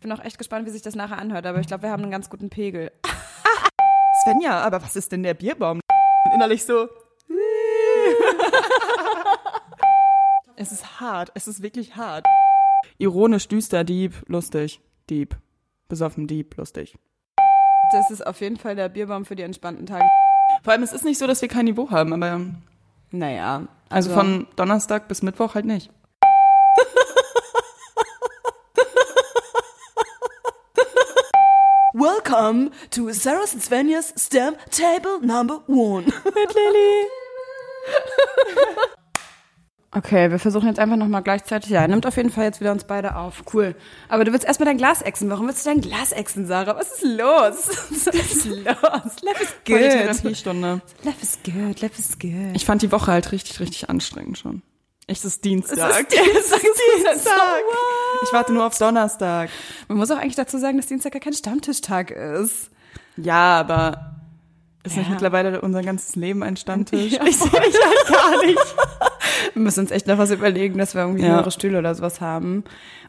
bin auch echt gespannt, wie sich das nachher anhört, aber ich glaube, wir haben einen ganz guten Pegel. Svenja, aber was ist denn der Bierbaum? Und innerlich so. es ist hart, es ist wirklich hart. Ironisch, düster, Dieb, lustig, Dieb. Besoffen, Dieb, lustig. Das ist auf jeden Fall der Bierbaum für die entspannten Tage. Vor allem, es ist nicht so, dass wir kein Niveau haben, aber Naja, also von Donnerstag bis Mittwoch halt nicht. Welcome to Sarah's and Svenja's Stamp Table Number One. Mit Lilly. Okay, wir versuchen jetzt einfach nochmal gleichzeitig. Ja, er nimmt auf jeden Fall jetzt wieder uns beide auf. Cool. Aber du willst erstmal dein Glas exen. Warum willst du dein Glas exen, Sarah? Was ist los? Was ist los? Life is good. Therapiestunde. Life is good. Life is good. Ich fand die Woche halt richtig, richtig anstrengend schon. Es ist Dienstag. Dienstag. Dienstag. Ich warte nur auf Donnerstag. Man muss auch eigentlich dazu sagen, dass Dienstag ja kein Stammtischtag ist. Ja, aber ist nicht Ja. mittlerweile unser ganzes Leben ein Stammtisch? Ich sehe dich halt gar nicht. Wir müssen uns echt noch was überlegen, dass wir irgendwie Ja. höhere Stühle oder sowas haben.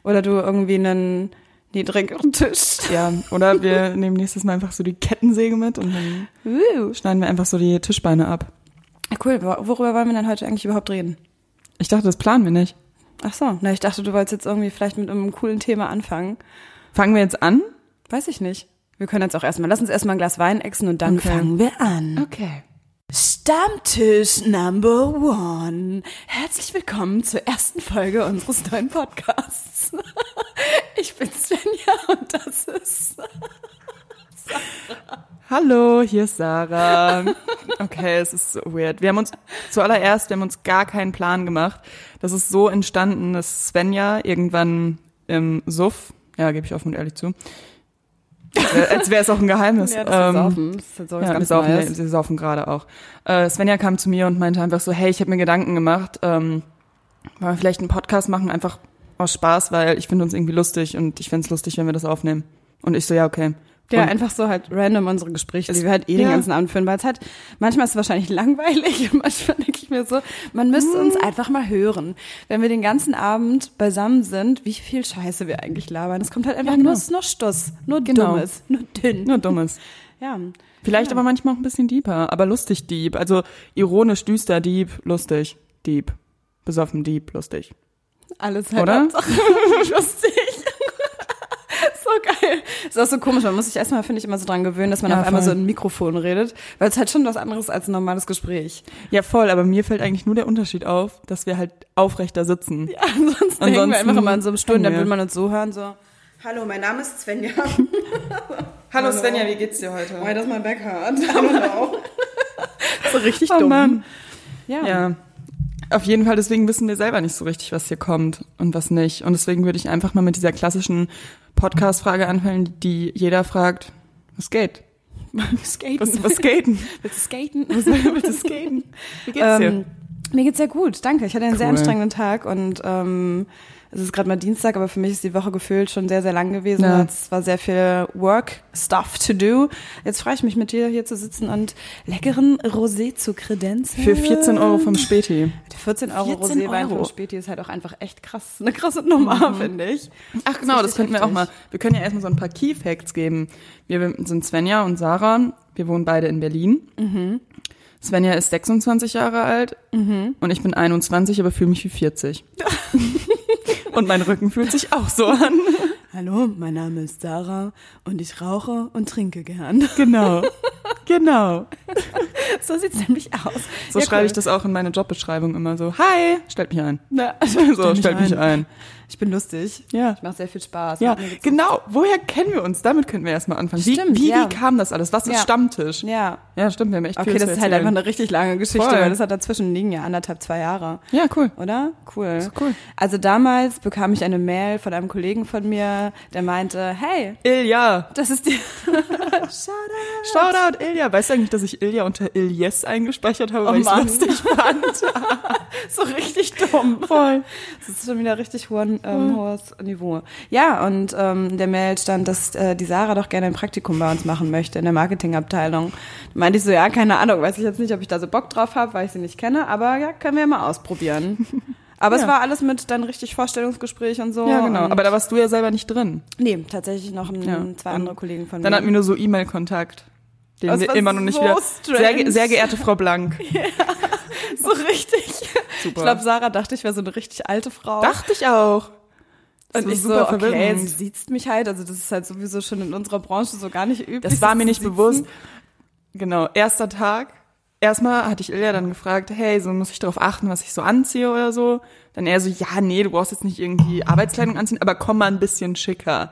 Oder du irgendwie einen niedrigeren Tisch. Ja, oder wir nehmen nächstes Mal einfach so die Kettensäge mit und dann Uh. schneiden wir einfach so die Tischbeine ab. Cool, wor- worüber wollen wir denn heute eigentlich überhaupt reden? Ich dachte, das planen wir nicht. Ach so, na, ich dachte, du wolltest jetzt irgendwie vielleicht mit einem coolen Thema anfangen. Fangen wir jetzt an? Weiß ich nicht. Wir können jetzt auch erstmal, lass uns erstmal ein Glas Wein exen und dann Okay. fangen wir an. Okay. Stammtisch Number One. Herzlich willkommen zur ersten Folge unseres neuen Podcasts. Ich bin Svenja und das ist. Hallo, hier ist Sarah. Okay, es ist so weird. Wir haben uns zuallererst, wir haben uns gar keinen Plan gemacht. Das ist so entstanden, dass Svenja irgendwann im Suff, ja, gebe ich offen und ehrlich zu, äh, als wäre es auch ein Geheimnis. ähm, Das ist jetzt sowas Ja, wir ganz saufen, Neues. wir saufen gerade auch. Äh, Svenja kam zu mir und meinte einfach so, hey, ich habe mir Gedanken gemacht, ähm, wollen wir vielleicht einen Podcast machen, einfach aus Spaß, weil ich finde uns irgendwie lustig und ich find's lustig, wenn wir das aufnehmen. Und ich so, ja, okay. Ja, und, einfach so halt random unsere Gespräche, die Es- wir halt eh den ja. ganzen Abend führen, weil es halt, manchmal ist es wahrscheinlich langweilig und manchmal denke ich mir so, man müsste uns Hm. einfach mal hören. Wenn wir den ganzen Abend beisammen sind, wie viel Scheiße wir eigentlich labern. Es kommt halt einfach genau. nur nur Stuss, nur Genau. Dummes, nur dünn. nur Dummes. Ja. Vielleicht Ja. aber manchmal auch ein bisschen deeper, aber lustig deep. Also ironisch, düster, deep, lustig, deep. Besoffen, deep, lustig. Alles halt Oder? Hauptsache lustig. so geil. Ist auch so komisch, man muss sich erstmal, finde ich, immer so dran gewöhnen, dass man Ja, auf einmal so voll. in ein Mikrofon redet, weil es halt schon was anderes als ein normales Gespräch. Ja, voll, aber mir fällt eigentlich nur der Unterschied auf, dass wir halt aufrechter sitzen. Ansonsten, hängen wir Ansonsten einfach immer in so einem Stuhl, hängen dann wir. will man uns so hören, so. Hallo, mein Name ist Svenja. Hallo Svenja, wie geht's dir heute? Why does my back hurt? Hallo. So richtig Oh Mann. Ja. Ja. Auf jeden Fall, deswegen wissen wir selber nicht so richtig, was hier kommt und was nicht. Und deswegen würde ich einfach mal mit dieser klassischen Podcast-Frage anfangen, die jeder fragt, was geht? Skaten. Was, was skaten? Willst du skaten? Was willst du skaten? Wie geht's dir? Ähm, mir geht's sehr gut, danke. Ich hatte einen sehr Cool. anstrengenden Tag und ähm, es ist gerade mal Dienstag, aber für mich ist die Woche gefühlt schon sehr, sehr lang gewesen. Ja. Es war sehr viel Work, Stuff to do. Jetzt freue ich mich, mit dir hier zu sitzen und leckeren Rosé zu kredenzen. Für 14 Euro vom Späti. 14 Euro 14 Roséwein Euro. vom Späti ist halt auch einfach echt krass. Eine krasse Nummer, Mhm. finde ich. Ach genau, das, richtig könnten wir auch heftig. mal. Wir können ja erstmal so ein paar Key Facts geben. Wir sind Svenja und Sarah. Wir wohnen beide in Berlin. Svenja ist 26 Jahre alt und ich bin 21, aber fühle mich wie 40. und mein Rücken fühlt sich auch so an. Hallo, mein Name ist Sarah und ich rauche und trinke gern. Genau. Genau. So sieht's nämlich aus. So Ja, schreibe cool. ich das auch in meine Jobbeschreibung immer so. Hi, stellt mich ein. Na, So, stellt also mich ein. Ich bin lustig. Ja. Ich mache sehr viel Spaß. Ja, Mir geht's- genau. Woher kennen wir uns? Damit könnten wir erstmal anfangen. Wie, Stimmt, wie, ja. wie kam das alles? Was ist Ja. Stammtisch? ja. Ja, stimmt, wir haben echt Okay, viel zu das ist halt erzählen. einfach eine richtig lange Geschichte, Voll. weil das hat dazwischen liegen ja anderthalb, zwei Jahre. Ja, cool. Oder? Cool. Ist cool. Also damals bekam ich eine Mail von einem Kollegen von mir, der meinte, hey, Ilja. das ist die... Shoutout Ilja. Weißt du eigentlich, dass ich Ilja unter Iljes eingespeichert habe, weil ich Oh Mann. lustig fand? so richtig dumm. Voll. Das ist schon wieder richtig hohen, Hm. ähm, hohes Niveau. Ja, und ähm, in der Mail stand, dass äh, die Sarah doch gerne ein Praktikum bei uns machen möchte in der Marketingabteilung. Da meinte ich so, ja, keine Ahnung, weiß ich jetzt nicht, ob ich da so Bock drauf habe, weil ich sie nicht kenne, aber ja, können wir ja mal ausprobieren. Aber es Ja. war alles mit dann richtig Vorstellungsgespräch und so. Ja, genau. Und Aber da warst du ja selber nicht drin. nee, tatsächlich noch ein, Ja. zwei andere Kollegen von Dann mir. hatten wir nur so E-Mail-Kontakt. Den Das wir war immer noch nicht so wieder. strange. Sehr, ge- sehr geehrte Frau Blank. so richtig. Super. Ich glaube, Sarah dachte, ich wäre so eine richtig alte Frau. Dachte ich auch. Das und war ich so, super okay, verwirrend. sie sieht mich halt. Also das ist halt sowieso schon in unserer Branche so gar nicht üblich. Das war mir dass nicht sie bewusst. siezen. Genau, erster Tag. Erstmal hatte ich Ilja dann gefragt, hey, so muss ich darauf achten, was ich so anziehe oder so. Dann er so, ja, nee, du brauchst jetzt nicht irgendwie Arbeitskleidung anziehen, aber komm mal ein bisschen schicker.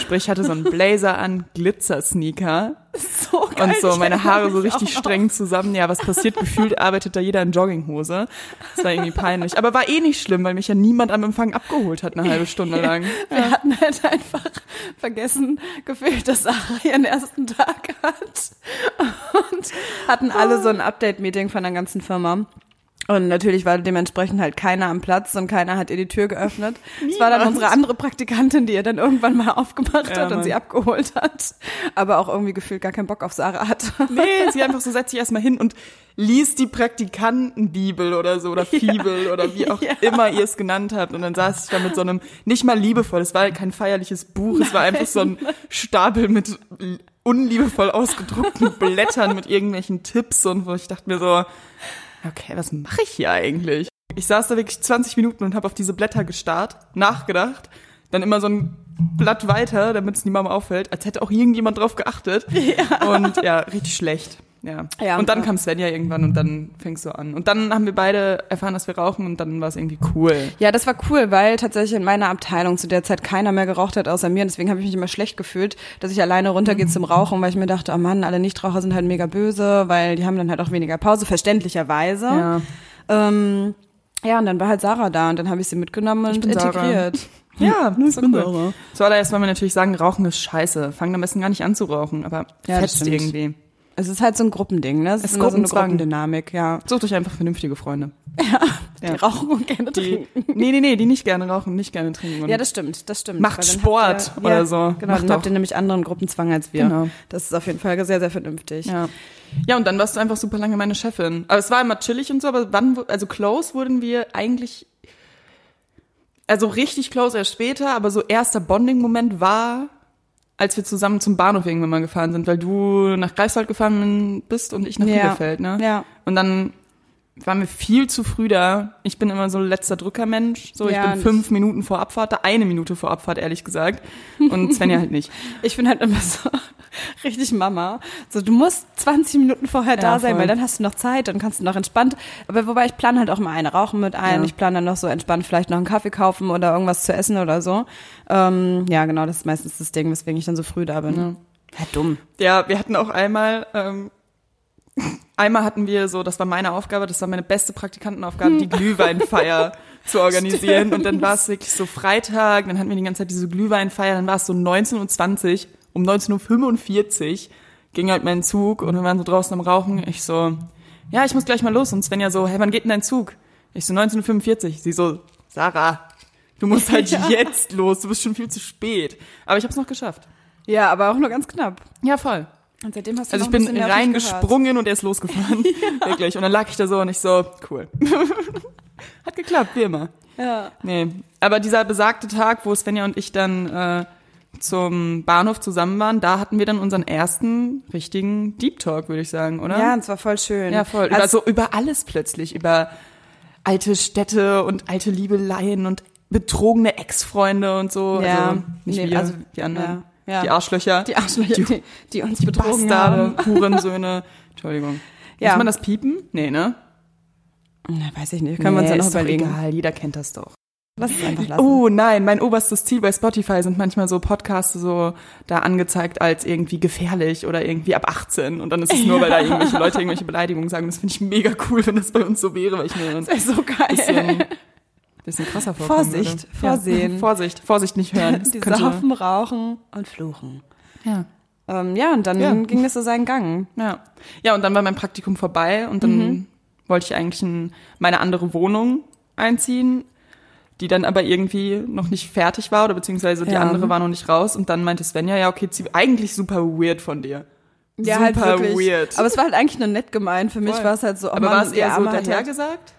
Sprich, ich hatte so einen Blazer an, Glitzer-Sneaker So geil. und so meine Haare so richtig auch noch. streng zusammen. Ja, was passiert? Gefühlt arbeitet da jeder in Jogginghose. Das war irgendwie peinlich. Aber war eh nicht schlimm, weil mich ja niemand am Empfang abgeholt hat, eine halbe Stunde lang. Wir hatten halt einfach vergessen, gefühlt, dass Sarah ihren ersten Tag hat. Und hatten alle so ein Update-Meeting von der ganzen Firma. Und natürlich war dementsprechend halt keiner am Platz und keiner hat ihr die Tür geöffnet. Es war dann Niemand. unsere andere Praktikantin, die ihr dann irgendwann mal aufgemacht Ja, hat und Mann. sie abgeholt hat. Aber auch irgendwie gefühlt gar keinen Bock auf Sarah hatte. Nee, sie einfach so setzt sich erstmal hin und liest die Praktikantenbibel oder so oder Fibel oder wie auch immer ihr es genannt habt. Und dann saß ich da mit so einem, nicht mal liebevoll, es war halt kein feierliches Buch, es war einfach so ein Stapel mit unliebevoll ausgedruckten Blättern mit irgendwelchen Tipps und wo ich dachte mir so, okay, was mache ich hier eigentlich? Ich saß da wirklich 20 Minuten und habe auf diese Blätter gestarrt, nachgedacht, dann immer so ein Blatt weiter, damit es niemandem auffällt, als hätte auch irgendjemand drauf geachtet. Und ja, richtig schlecht. Ja. Ja. und dann Ja. kam Svenja irgendwann und dann fing so an. Und dann haben wir beide erfahren, dass wir rauchen und dann war es irgendwie cool. Ja, das war cool, weil tatsächlich in meiner Abteilung zu der Zeit keiner mehr geraucht hat außer mir. Und deswegen habe ich mich immer schlecht gefühlt, dass ich alleine runtergehe zum Rauchen, weil ich mir dachte, oh Mann, alle Nichtraucher sind halt mega böse, weil die haben dann halt auch weniger Pause, verständlicherweise. Ja. Ähm, ja, und dann war halt Sarah da und dann habe ich sie mitgenommen und bin Sarah. integriert. Ja, ich so bin cool. sauer. Zuallererst wollen wir natürlich sagen, Rauchen ist scheiße. Fangen am besten gar nicht an zu rauchen, aber Ja, das fetzt stimmt. irgendwie. Es ist halt so ein Gruppending, ne? Es ist ist immer so eine Gruppenzwang. Gruppendynamik, ja. Sucht euch einfach vernünftige Freunde. Die Ja. rauchen und gerne Die, trinken. nee, nee, nee, die nicht gerne rauchen, nicht gerne trinken. Und Ja, das stimmt, das stimmt. Macht Weil dann Sport habt ihr, oder ja, so. Genau, Macht dann habt doch. ihr nämlich anderen Gruppenzwang als wir. Genau. Das ist auf jeden Fall sehr, sehr vernünftig. Ja. Ja, und dann warst du einfach super lange meine Chefin. Aber es war immer chillig und so, aber wann, wu- also close wurden wir eigentlich, also richtig close erst später, aber so erster Bonding-Moment war, als wir zusammen zum Bahnhof irgendwann mal gefahren sind, weil du nach Greifswald gefahren bist und ich nach Ja. Bielefeld, ne? Ja. Und dann waren wir viel zu früh da. Ich bin immer so letzter Drückermensch. So, Ja, ich und bin fünf Minuten vor Abfahrt, da eine Minute vor Abfahrt, ehrlich gesagt. Und Svenja halt nicht. Ich bin halt immer so richtig Mama. So, du musst 20 Minuten vorher da Ja, sein, voll. weil dann hast du noch Zeit, dann kannst du noch entspannt. Aber wobei ich plane halt auch mal eine Rauchen mit ein. Ja. Ich plane dann noch so entspannt vielleicht noch einen Kaffee kaufen oder irgendwas zu essen oder so. Ähm, ja, genau, das ist meistens das Ding, weswegen ich dann so früh da bin. Ja, dumm. Ja, wir hatten auch einmal, ähm, einmal hatten wir so, das war meine Aufgabe, das war meine beste Praktikantenaufgabe, die Glühweinfeier zu organisieren. Und dann war es wirklich so Freitag, dann hatten wir die ganze Zeit diese Glühweinfeier, dann war es so 19.20 Uhr, um 19.45 Uhr ging halt mein Zug und wir waren so draußen am Rauchen. Ich so, ja, ich muss gleich mal los. Und Svenja so, hey, wann geht denn dein Zug? Ich so, 19.45 Uhr. Sie so, Sarah, du musst halt jetzt los, du bist schon viel zu spät. Aber ich hab's noch geschafft. Ja, aber auch nur ganz knapp. Ja, voll. Und seitdem hast du Also noch ich ein bin bisschen mehr auf mich gehört. reingesprungen und er ist losgefahren. Wirklich. Und dann lag ich da so und ich so, cool. Hat geklappt, wie immer. Ja. Nee. Aber dieser besagte Tag, wo Svenja und ich dann äh, zum Bahnhof zusammen waren, da hatten wir dann unseren ersten richtigen Deep Talk, würde ich sagen, oder? Ja, und es war voll schön. Ja, voll. Über, Also, so über alles plötzlich. Über alte Städte und alte Liebeleien und betrogene Ex-Freunde und so. Ja. Also nicht Nee, wir, also, die anderen. ja, ja. Die Arschlöcher. die Arschlöcher, die, die uns betrogen haben. Bastarde, Hurensöhne. Entschuldigung. Ja. Muss man das piepen? Nee, ne? Na, weiß ich nicht, können wir uns ja noch ist doch überlegen. egal, jeder kennt das doch. Lass es einfach lassen. Oh nein, mein oberstes Ziel bei Spotify sind manchmal so Podcasts so da angezeigt als irgendwie gefährlich oder irgendwie ab 18 und dann ist es nur, weil da irgendwelche Leute irgendwelche Beleidigungen sagen. Das finde ich mega cool, wenn das bei uns so wäre, weil ich mir dann ein Das ist so geil. bisschen, bisschen krasser vorkommen Vorsicht, würde. vorsehen. Ja. Vorsicht, Vorsicht, nicht hören. Das Die könnte- saufen, rauchen und fluchen. ja. Ähm, ja, und dann Ja. ging das so seinen Gang. Ja. Ja, und dann war mein Praktikum vorbei und dann Mhm. wollte ich eigentlich in meine andere Wohnung einziehen, die dann aber irgendwie noch nicht fertig war oder beziehungsweise die Ja. andere war noch nicht raus und dann meinte Svenja, ja, okay, zieh- eigentlich super weird von dir. Ja, super halt wirklich. weird. Aber es war halt eigentlich nur nett gemeint. Für mich Voll. war es halt so, oh aber Mann, war es ihr eher so Arme hat halt- dahergesagt?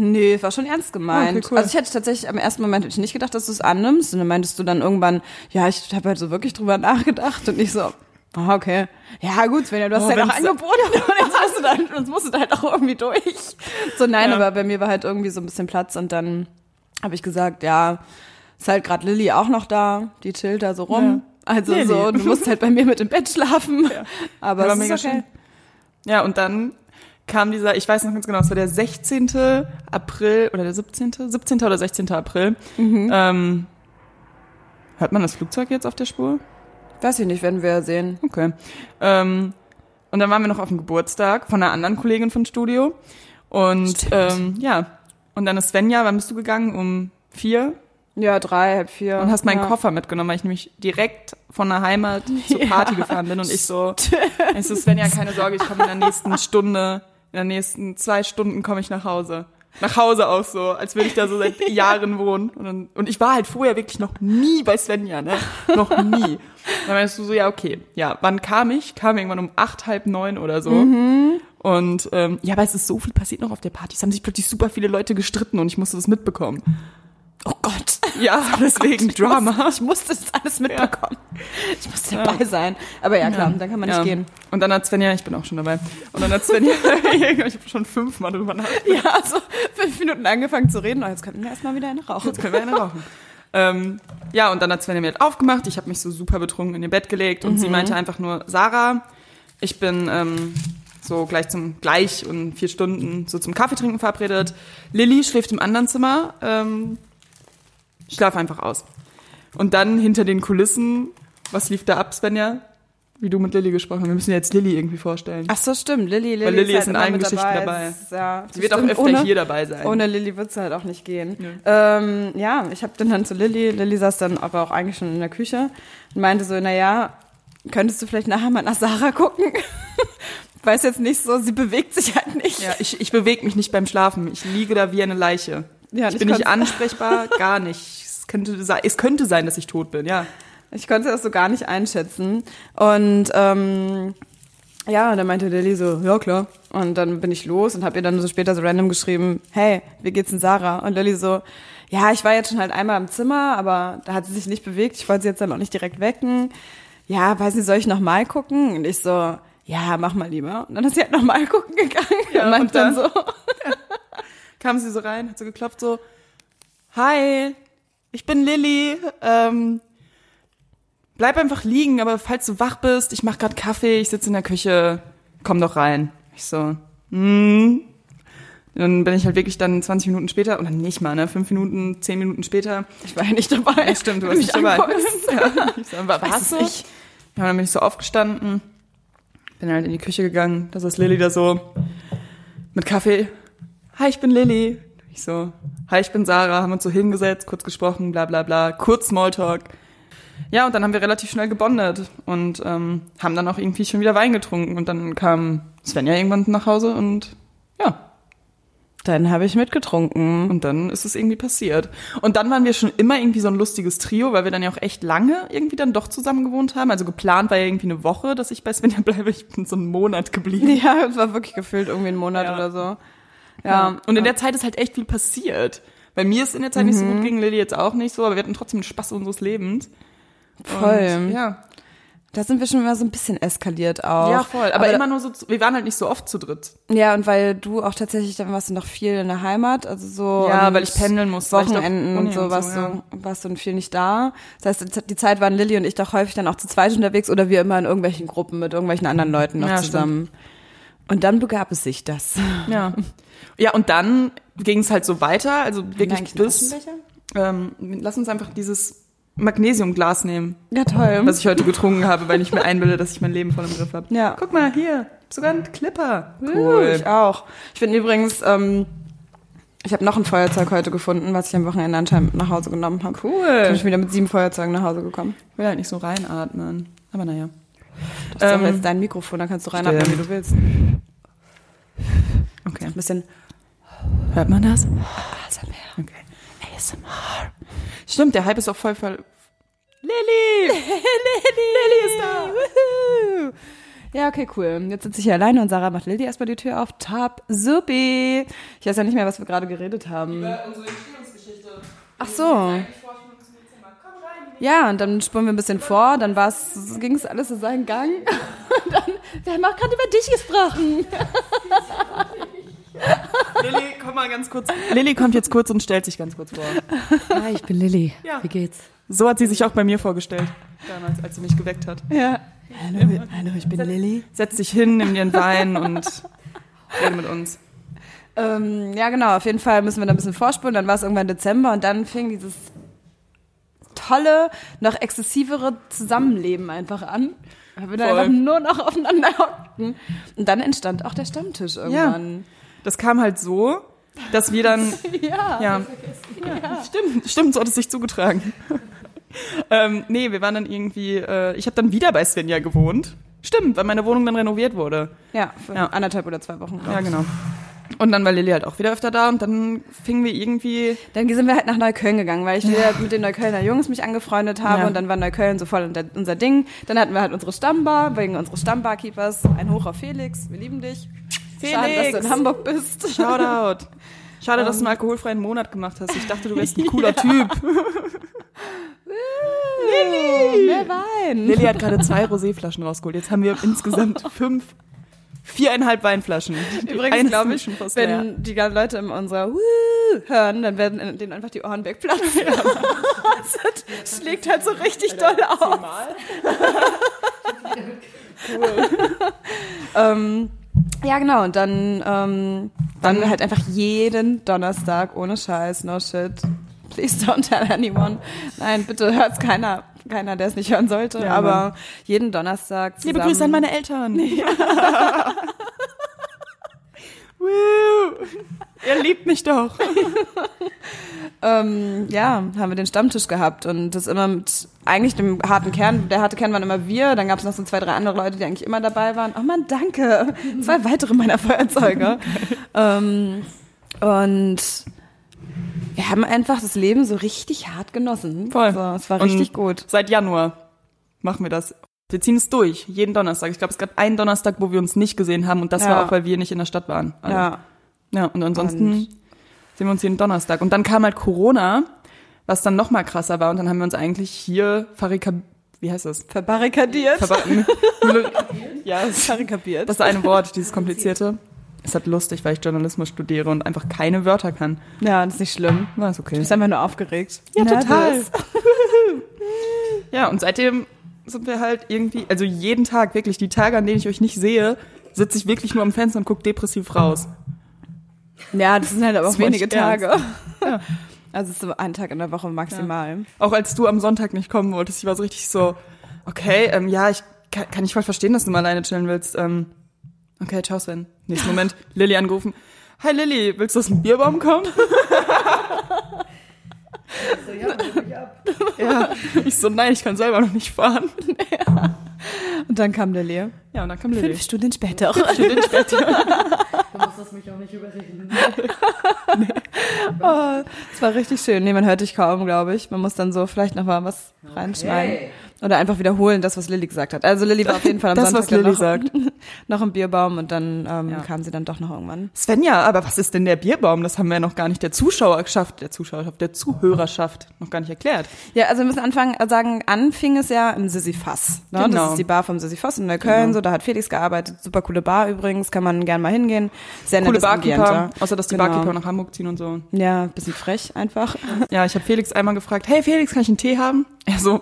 Nee, es war schon ernst gemeint. Okay, cool. Also ich hätte tatsächlich am ersten Moment hätte ich nicht gedacht, dass du es annimmst. Und dann meintest du dann irgendwann, ja, ich habe halt so wirklich drüber nachgedacht und ich so, ah, okay. Ja, gut, Svenja, du hast Oh, ja noch wenn's- Angebote und jetzt musst du dann, jetzt musst du da halt auch irgendwie durch. So, nein, Ja. aber bei mir war halt irgendwie so ein bisschen Platz und dann habe ich gesagt, ja, ist halt gerade Lilly auch noch da, die chillt da so rum. Also Lilly. so, du musst halt bei mir mit im Bett schlafen. Aber, Aber es mega ist okay. schön. Ja, und dann kam dieser, ich weiß noch ganz genau, es war der 16. April oder der 17. 17. oder 16. April. Mhm. Ähm, hört man das Flugzeug jetzt auf der Spur? Weiß ich nicht, werden wir sehen. Okay. Ähm, und dann waren wir noch auf dem Geburtstag von einer anderen Kollegin vom Studio. Und ähm, ja, und dann ist Svenja, wann bist du gegangen? Um vier Ja, drei, halb vier. und hast meinen ja. Koffer mitgenommen, weil ich nämlich direkt von der Heimat zur Party gefahren bin und ich so, ich so, Svenja, keine Sorge, ich komme in der nächsten Stunde, in der nächsten zwei Stunden komme ich nach Hause. Nach Hause auch so, als würde ich da so seit Jahren wohnen. Und, dann, und ich war halt vorher wirklich noch nie bei Svenja, ne? Noch nie. Dann meinst du so, ja, okay. Ja, wann kam ich? Kam irgendwann um acht, halb neun oder so. Mhm. Und ähm, ja, aber es ist so viel passiert noch auf der Party. Es haben sich plötzlich super viele Leute gestritten und ich musste das mitbekommen. Oh Gott. Ja, deswegen Drama. Ich musste das alles mitbekommen. Ich musste dabei sein. Aber ja, klar, dann kann man Ja. nicht gehen. Und dann hat Svenja, ich bin auch schon dabei. Und dann hat Svenja, ich habe schon fünfmal drüber nachgedacht. Ja, so fünf Minuten angefangen zu reden. Oh, jetzt könnten wir erstmal wieder eine rauchen. Jetzt können wir eine rauchen. ähm, ja, und dann hat Svenja mir halt aufgemacht. Ich habe mich so super betrunken in ihr Bett gelegt und Mhm. sie meinte einfach nur, Sarah, ich bin ähm, so gleich zum gleich und vier Stunden so zum Kaffeetrinken verabredet. Lilly schläft im anderen Zimmer. Ähm, schlaf einfach aus. Und dann hinter den Kulissen, was lief da ab, Svenja? Wie du mit Lilly gesprochen hast. Wir müssen jetzt Lilly irgendwie vorstellen. Ach so, stimmt. Lilly, Lilly, Weil Lilly halt ist in immer allen mit Geschichten dabei. Ist, ja, Sie wird auch stimmt. öfter ohne, hier dabei sein. Ohne Lilly wird's halt auch nicht gehen. Ähm, ja, ich habe dann, dann zu Lilly, Lilly saß dann aber auch eigentlich schon in der Küche und meinte so, naja, könntest du vielleicht nachher mal nach Sarah gucken? Weiß jetzt nicht so, sie bewegt sich halt nicht. Ja, ich, ich bewege mich nicht beim Schlafen. Ich liege da wie eine Leiche. Ja, und ich ich bin nicht konnt's- ansprechbar, gar nicht. Es könnte, sein, es könnte sein, dass ich tot bin, ja. Ich konnte das so gar nicht einschätzen. Und ähm, ja, und dann meinte Lilly so, ja klar. Und dann bin ich los und habe ihr dann so später so random geschrieben, hey, wie geht's denn Sarah? Und Lilly so, ja, ich war jetzt schon halt einmal im Zimmer, aber da hat sie sich nicht bewegt. Ich wollte sie jetzt dann auch nicht direkt wecken. Ja, weiß nicht, soll ich noch mal gucken? Und ich so, ja, mach mal lieber. Und dann ist sie halt noch mal gucken gegangen. Ja, und und meinte dann- dann so, Kam sie so rein, hat so geklopft, so, hi, ich bin Lilly, ähm, bleib einfach liegen, aber falls du wach bist, ich mach grad Kaffee, ich sitze in der Küche, komm doch rein. Ich so, hm. Dann bin ich halt wirklich dann 20 Minuten später, oder nicht mal, ne, 5 Minuten, 10 Minuten später, ich war ja nicht dabei. Ja, stimmt, du warst Wenn nicht du mich dabei. anguckst. Ja, ich so, war, weiß warst es du? nicht. Ja, und dann bin ich so aufgestanden, bin halt in die Küche gegangen, da saß Lilly da so mit Kaffee. Hi, ich bin Lilly. Ich so, hi, ich bin Sarah, haben uns so hingesetzt, kurz gesprochen, bla bla bla, kurz Smalltalk. Ja, und dann haben wir relativ schnell gebondet und ähm, haben dann auch irgendwie schon wieder Wein getrunken. Und dann kam Svenja irgendwann nach Hause und ja, Dann habe ich mitgetrunken. und dann ist es irgendwie passiert. Und dann waren wir schon immer irgendwie so ein lustiges Trio, weil wir dann ja auch echt lange irgendwie dann doch zusammen gewohnt haben. Also geplant war ja irgendwie eine Woche, dass ich bei Svenja bleibe. Ich bin so einen Monat geblieben. Ja, es war wirklich gefühlt irgendwie ein Monat Ja. oder so. Ja. Ja. Mhm. Und in der Zeit ist halt echt viel passiert. Bei mir ist in der Zeit nicht so gut gegen Lilly jetzt auch nicht so, aber wir hatten trotzdem den Spaß unseres Lebens. Und, Voll. ja. Da sind wir schon mal so ein bisschen eskaliert auch. ja, voll. Aber, immer nur so, zu- wir waren halt nicht so oft zu dritt. Ja, und weil du auch tatsächlich, dann warst du noch viel in der Heimat, also so. Ja, und weil ich pendeln musste, weil ich doch Wochenenden Uni und so, und so, warst, ja. du, warst du viel nicht da. Das heißt, die Zeit waren Lilly und ich doch häufig dann auch zu zweit unterwegs oder wir immer in irgendwelchen Gruppen mit irgendwelchen anderen Leuten noch Ja, zusammen. Und dann begab es sich das. Ja. Ja, und dann ging es halt so weiter, also wirklich eigentlich bis, ähm, lass uns einfach dieses Magnesiumglas nehmen. Ja, toll. was ich heute getrunken habe, weil ich mir einbilde, dass ich mein Leben voll im Griff habe. Ja. Guck mal, hier, sogar ein Clipper. Uh, ich auch. Ich finde übrigens, ähm, ich habe noch ein Feuerzeug heute gefunden, was ich am Wochenende anscheinend nach Hause genommen habe. Cool. Bin ich wieder mit sieben Feuerzeugen nach Hause gekommen. Ich will halt nicht so reinatmen. Aber naja. Das ist Ähm, doch jetzt dein Mikrofon, da kannst du reinatmen, wie stimmt. du willst. Okay. Ein bisschen. Hört man das? Okay. ASMR. Stimmt, der Hype ist auch voll voll. Lilly! Lilly! Lilly ist da! Woohoo! Ja, okay, cool. Jetzt sitze ich hier alleine und Sarah macht Lilly erstmal die Tür auf. Top, supi. Ich weiß ja nicht mehr, was wir gerade geredet haben. Unsere Entstehungsgeschichte. Ach so. Ja, und dann spuren wir ein bisschen vor, dann ging es alles so seinen Gang. Und dann, wir haben auch gerade über dich gesprochen. Lilly, komm mal ganz kurz. Lilly kommt jetzt kurz und stellt sich ganz kurz vor. Hi, Ah, ich bin Lilly. Ja. Wie geht's? So hat sie sich auch bei mir vorgestellt, damals, als sie mich geweckt hat. Ja. Hallo, hallo, ich bin Lilly. Setz dich hin, nimm dir einen Wein und rede mit uns. Ähm, ja, genau, auf jeden Fall müssen wir da ein bisschen vorspulen. Dann war es irgendwann Dezember und dann fing dieses tolle, noch exzessivere Zusammenleben einfach an. Weil wir da Voll. einfach nur noch aufeinander hockten. Und dann entstand auch der Stammtisch irgendwann. Das kam halt so, dass wir dann Ja. Ja. ja. Stimmt, stimmt, so hat es sich zugetragen. ähm, nee, wir waren dann irgendwie, äh, ich habe dann wieder bei Svenja gewohnt. Stimmt, weil meine Wohnung dann renoviert wurde. Ja, für Ja. anderthalb oder zwei Wochen. glaub Ja, ich. genau. Und dann war Lilly halt auch wieder öfter da und dann fingen wir irgendwie, Dann sind wir halt nach Neukölln gegangen, weil ich wieder mit den Neuköllner Jungs mich angefreundet habe Ja. und dann war Neukölln so voll unter, unser Ding. Dann hatten wir halt unsere Stammbar, wegen unseres Stammbarkeepers. Ein Hoch auf Felix, wir lieben dich. Schade, dass du in Felix! Hamburg bist. Shoutout. Schade, dass du einen alkoholfreien Monat gemacht hast. Ich dachte, du wärst ein cooler Typ. Lilly! Mehr Wein! Lilly hat gerade zwei Roséflaschen rausgeholt. Jetzt haben wir insgesamt fünf, viereinhalb Weinflaschen. Die eine Übrigens, glaube ist ich, schon fast wenn leer. die ganzen Leute in unserer Wuh hören, dann werden denen einfach die Ohren wegplatzen. das schlägt halt so richtig doll auf. ähm, ja, genau. Und dann, ähm, dann halt einfach jeden Donnerstag ohne Scheiß, no shit. Please don't tell anyone. Nein, bitte hört's keiner. Keiner, der es nicht hören sollte. Ja, aber jeden Donnerstag zusammen. Liebe Grüße an meine Eltern. Woo. Ihr liebt mich doch. ähm, ja, haben wir den Stammtisch gehabt und das immer mit eigentlich dem harten Kern, der harte Kern waren immer wir, dann gab es noch so zwei, drei andere Leute, die eigentlich immer dabei waren. Oh man, danke. Zwei weitere meiner Feuerzeuge. ähm, und wir haben einfach das Leben so richtig hart genossen. Voll. So, es war Und richtig gut. Seit Januar machen wir das. Wir ziehen es durch, jeden Donnerstag. Ich glaube, es gab einen Donnerstag, wo wir uns nicht gesehen haben und das Ja. war auch, weil wir nicht in der Stadt waren. Alle. Ja. ja. Und ansonsten sehen wir uns jeden Donnerstag. Und dann kam halt Corona, was dann noch mal krasser war und dann haben wir uns eigentlich hier verrika... Wie heißt das? Verbarrikadiert. Verba- ja, verbarrikapiert. Das eine Wort, dieses komplizierte. Ist halt lustig, weil ich Journalismus studiere und einfach keine Wörter kann. Ja, das ist nicht schlimm. War es okay. Du bist einfach nur aufgeregt. Ja, Nervös. total. Ja, und seitdem sind wir halt irgendwie, also jeden Tag, wirklich, die Tage, an denen ich euch nicht sehe, sitze ich wirklich nur am Fenster und gucke depressiv raus. Ja, das sind halt aber Das auch war wenige nicht ernst. Tage. Also es ist so ein Tag in der Woche maximal. Auch als du am Sonntag nicht kommen wolltest, ich war so richtig so, okay, ähm, ja, ich kann, kann ich voll verstehen, dass du mal alleine chillen willst. Ähm, okay, ciao Sven. Nächsten Moment, Lilly angerufen. Hi Lilly, willst du aus dem Bierbaum kommen? ja, ich so, nein, ich kann selber noch nicht fahren. Und dann kam der Leo. Ja, und dann kam Lilly. Stunden später. Du musst das mich auch nicht überreden. Oh, es war richtig schön. Nee, man hört dich kaum, glaube ich. Man muss dann so vielleicht nochmal was reinschneiden. Oder einfach wiederholen, das, was Lilly gesagt hat. Also Lilly war auf jeden Fall am Das, Sonntag was Lilly dann noch, sagt. noch im Bierbaum und dann ähm, Ja. kam sie dann doch noch irgendwann. Svenja, aber was ist denn der Bierbaum? Das haben wir ja noch gar nicht der Zuschauerschaft, der Zuschauerschaft, der Zuhörerschaft noch gar nicht erklärt. Ja, also wir müssen anfangen, äh, sagen, anfing es ja im Sisyphas. Ne? Genau. Das ist die Bar vom Sisyphas in Neukölln. So, da hat Felix gearbeitet. Super coole Bar übrigens, kann man gern mal hingehen. Sehr Coole nettes Barkeeper, Ambiente. außer dass die Genau. Barkeeper nach Hamburg ziehen und so. Ja, bisschen frech einfach. Ja, ich habe Felix einmal gefragt, hey Felix, kann ich einen Tee haben? Er so,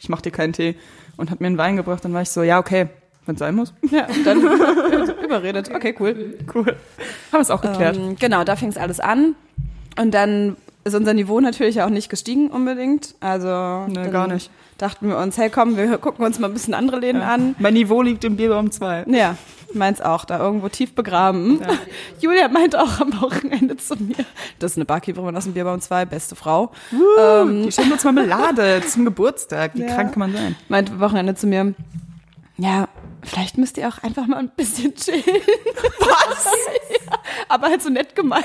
ich mach dir keinen Tee. Und hat mir einen Wein gebracht. Dann war ich so, ja, okay, wenn sein muss. Ja, und dann überredet. Okay, cool. Cool. Haben es auch geklärt. Ähm, genau, da fing es alles an. Und dann ist unser Niveau natürlich auch nicht gestiegen unbedingt. Also Nee, dann gar nicht. Dachten wir uns, hey komm, wir gucken uns mal ein bisschen andere Läden an. Mein Niveau liegt im Bierbaum 2. Ja, meins auch, da irgendwo tief begraben. Julia meint auch am Wochenende zu mir, das ist eine Barkeeperin aus dem Bierbaum 2, beste Frau. Die schenken uns Marmelade zum Geburtstag. Wie Ähm. Ja. krank kann man sein? meinte am Wochenende zu mir, ja, Vielleicht müsst ihr auch einfach mal ein bisschen chillen. Was? ja, aber halt so nett gemeint.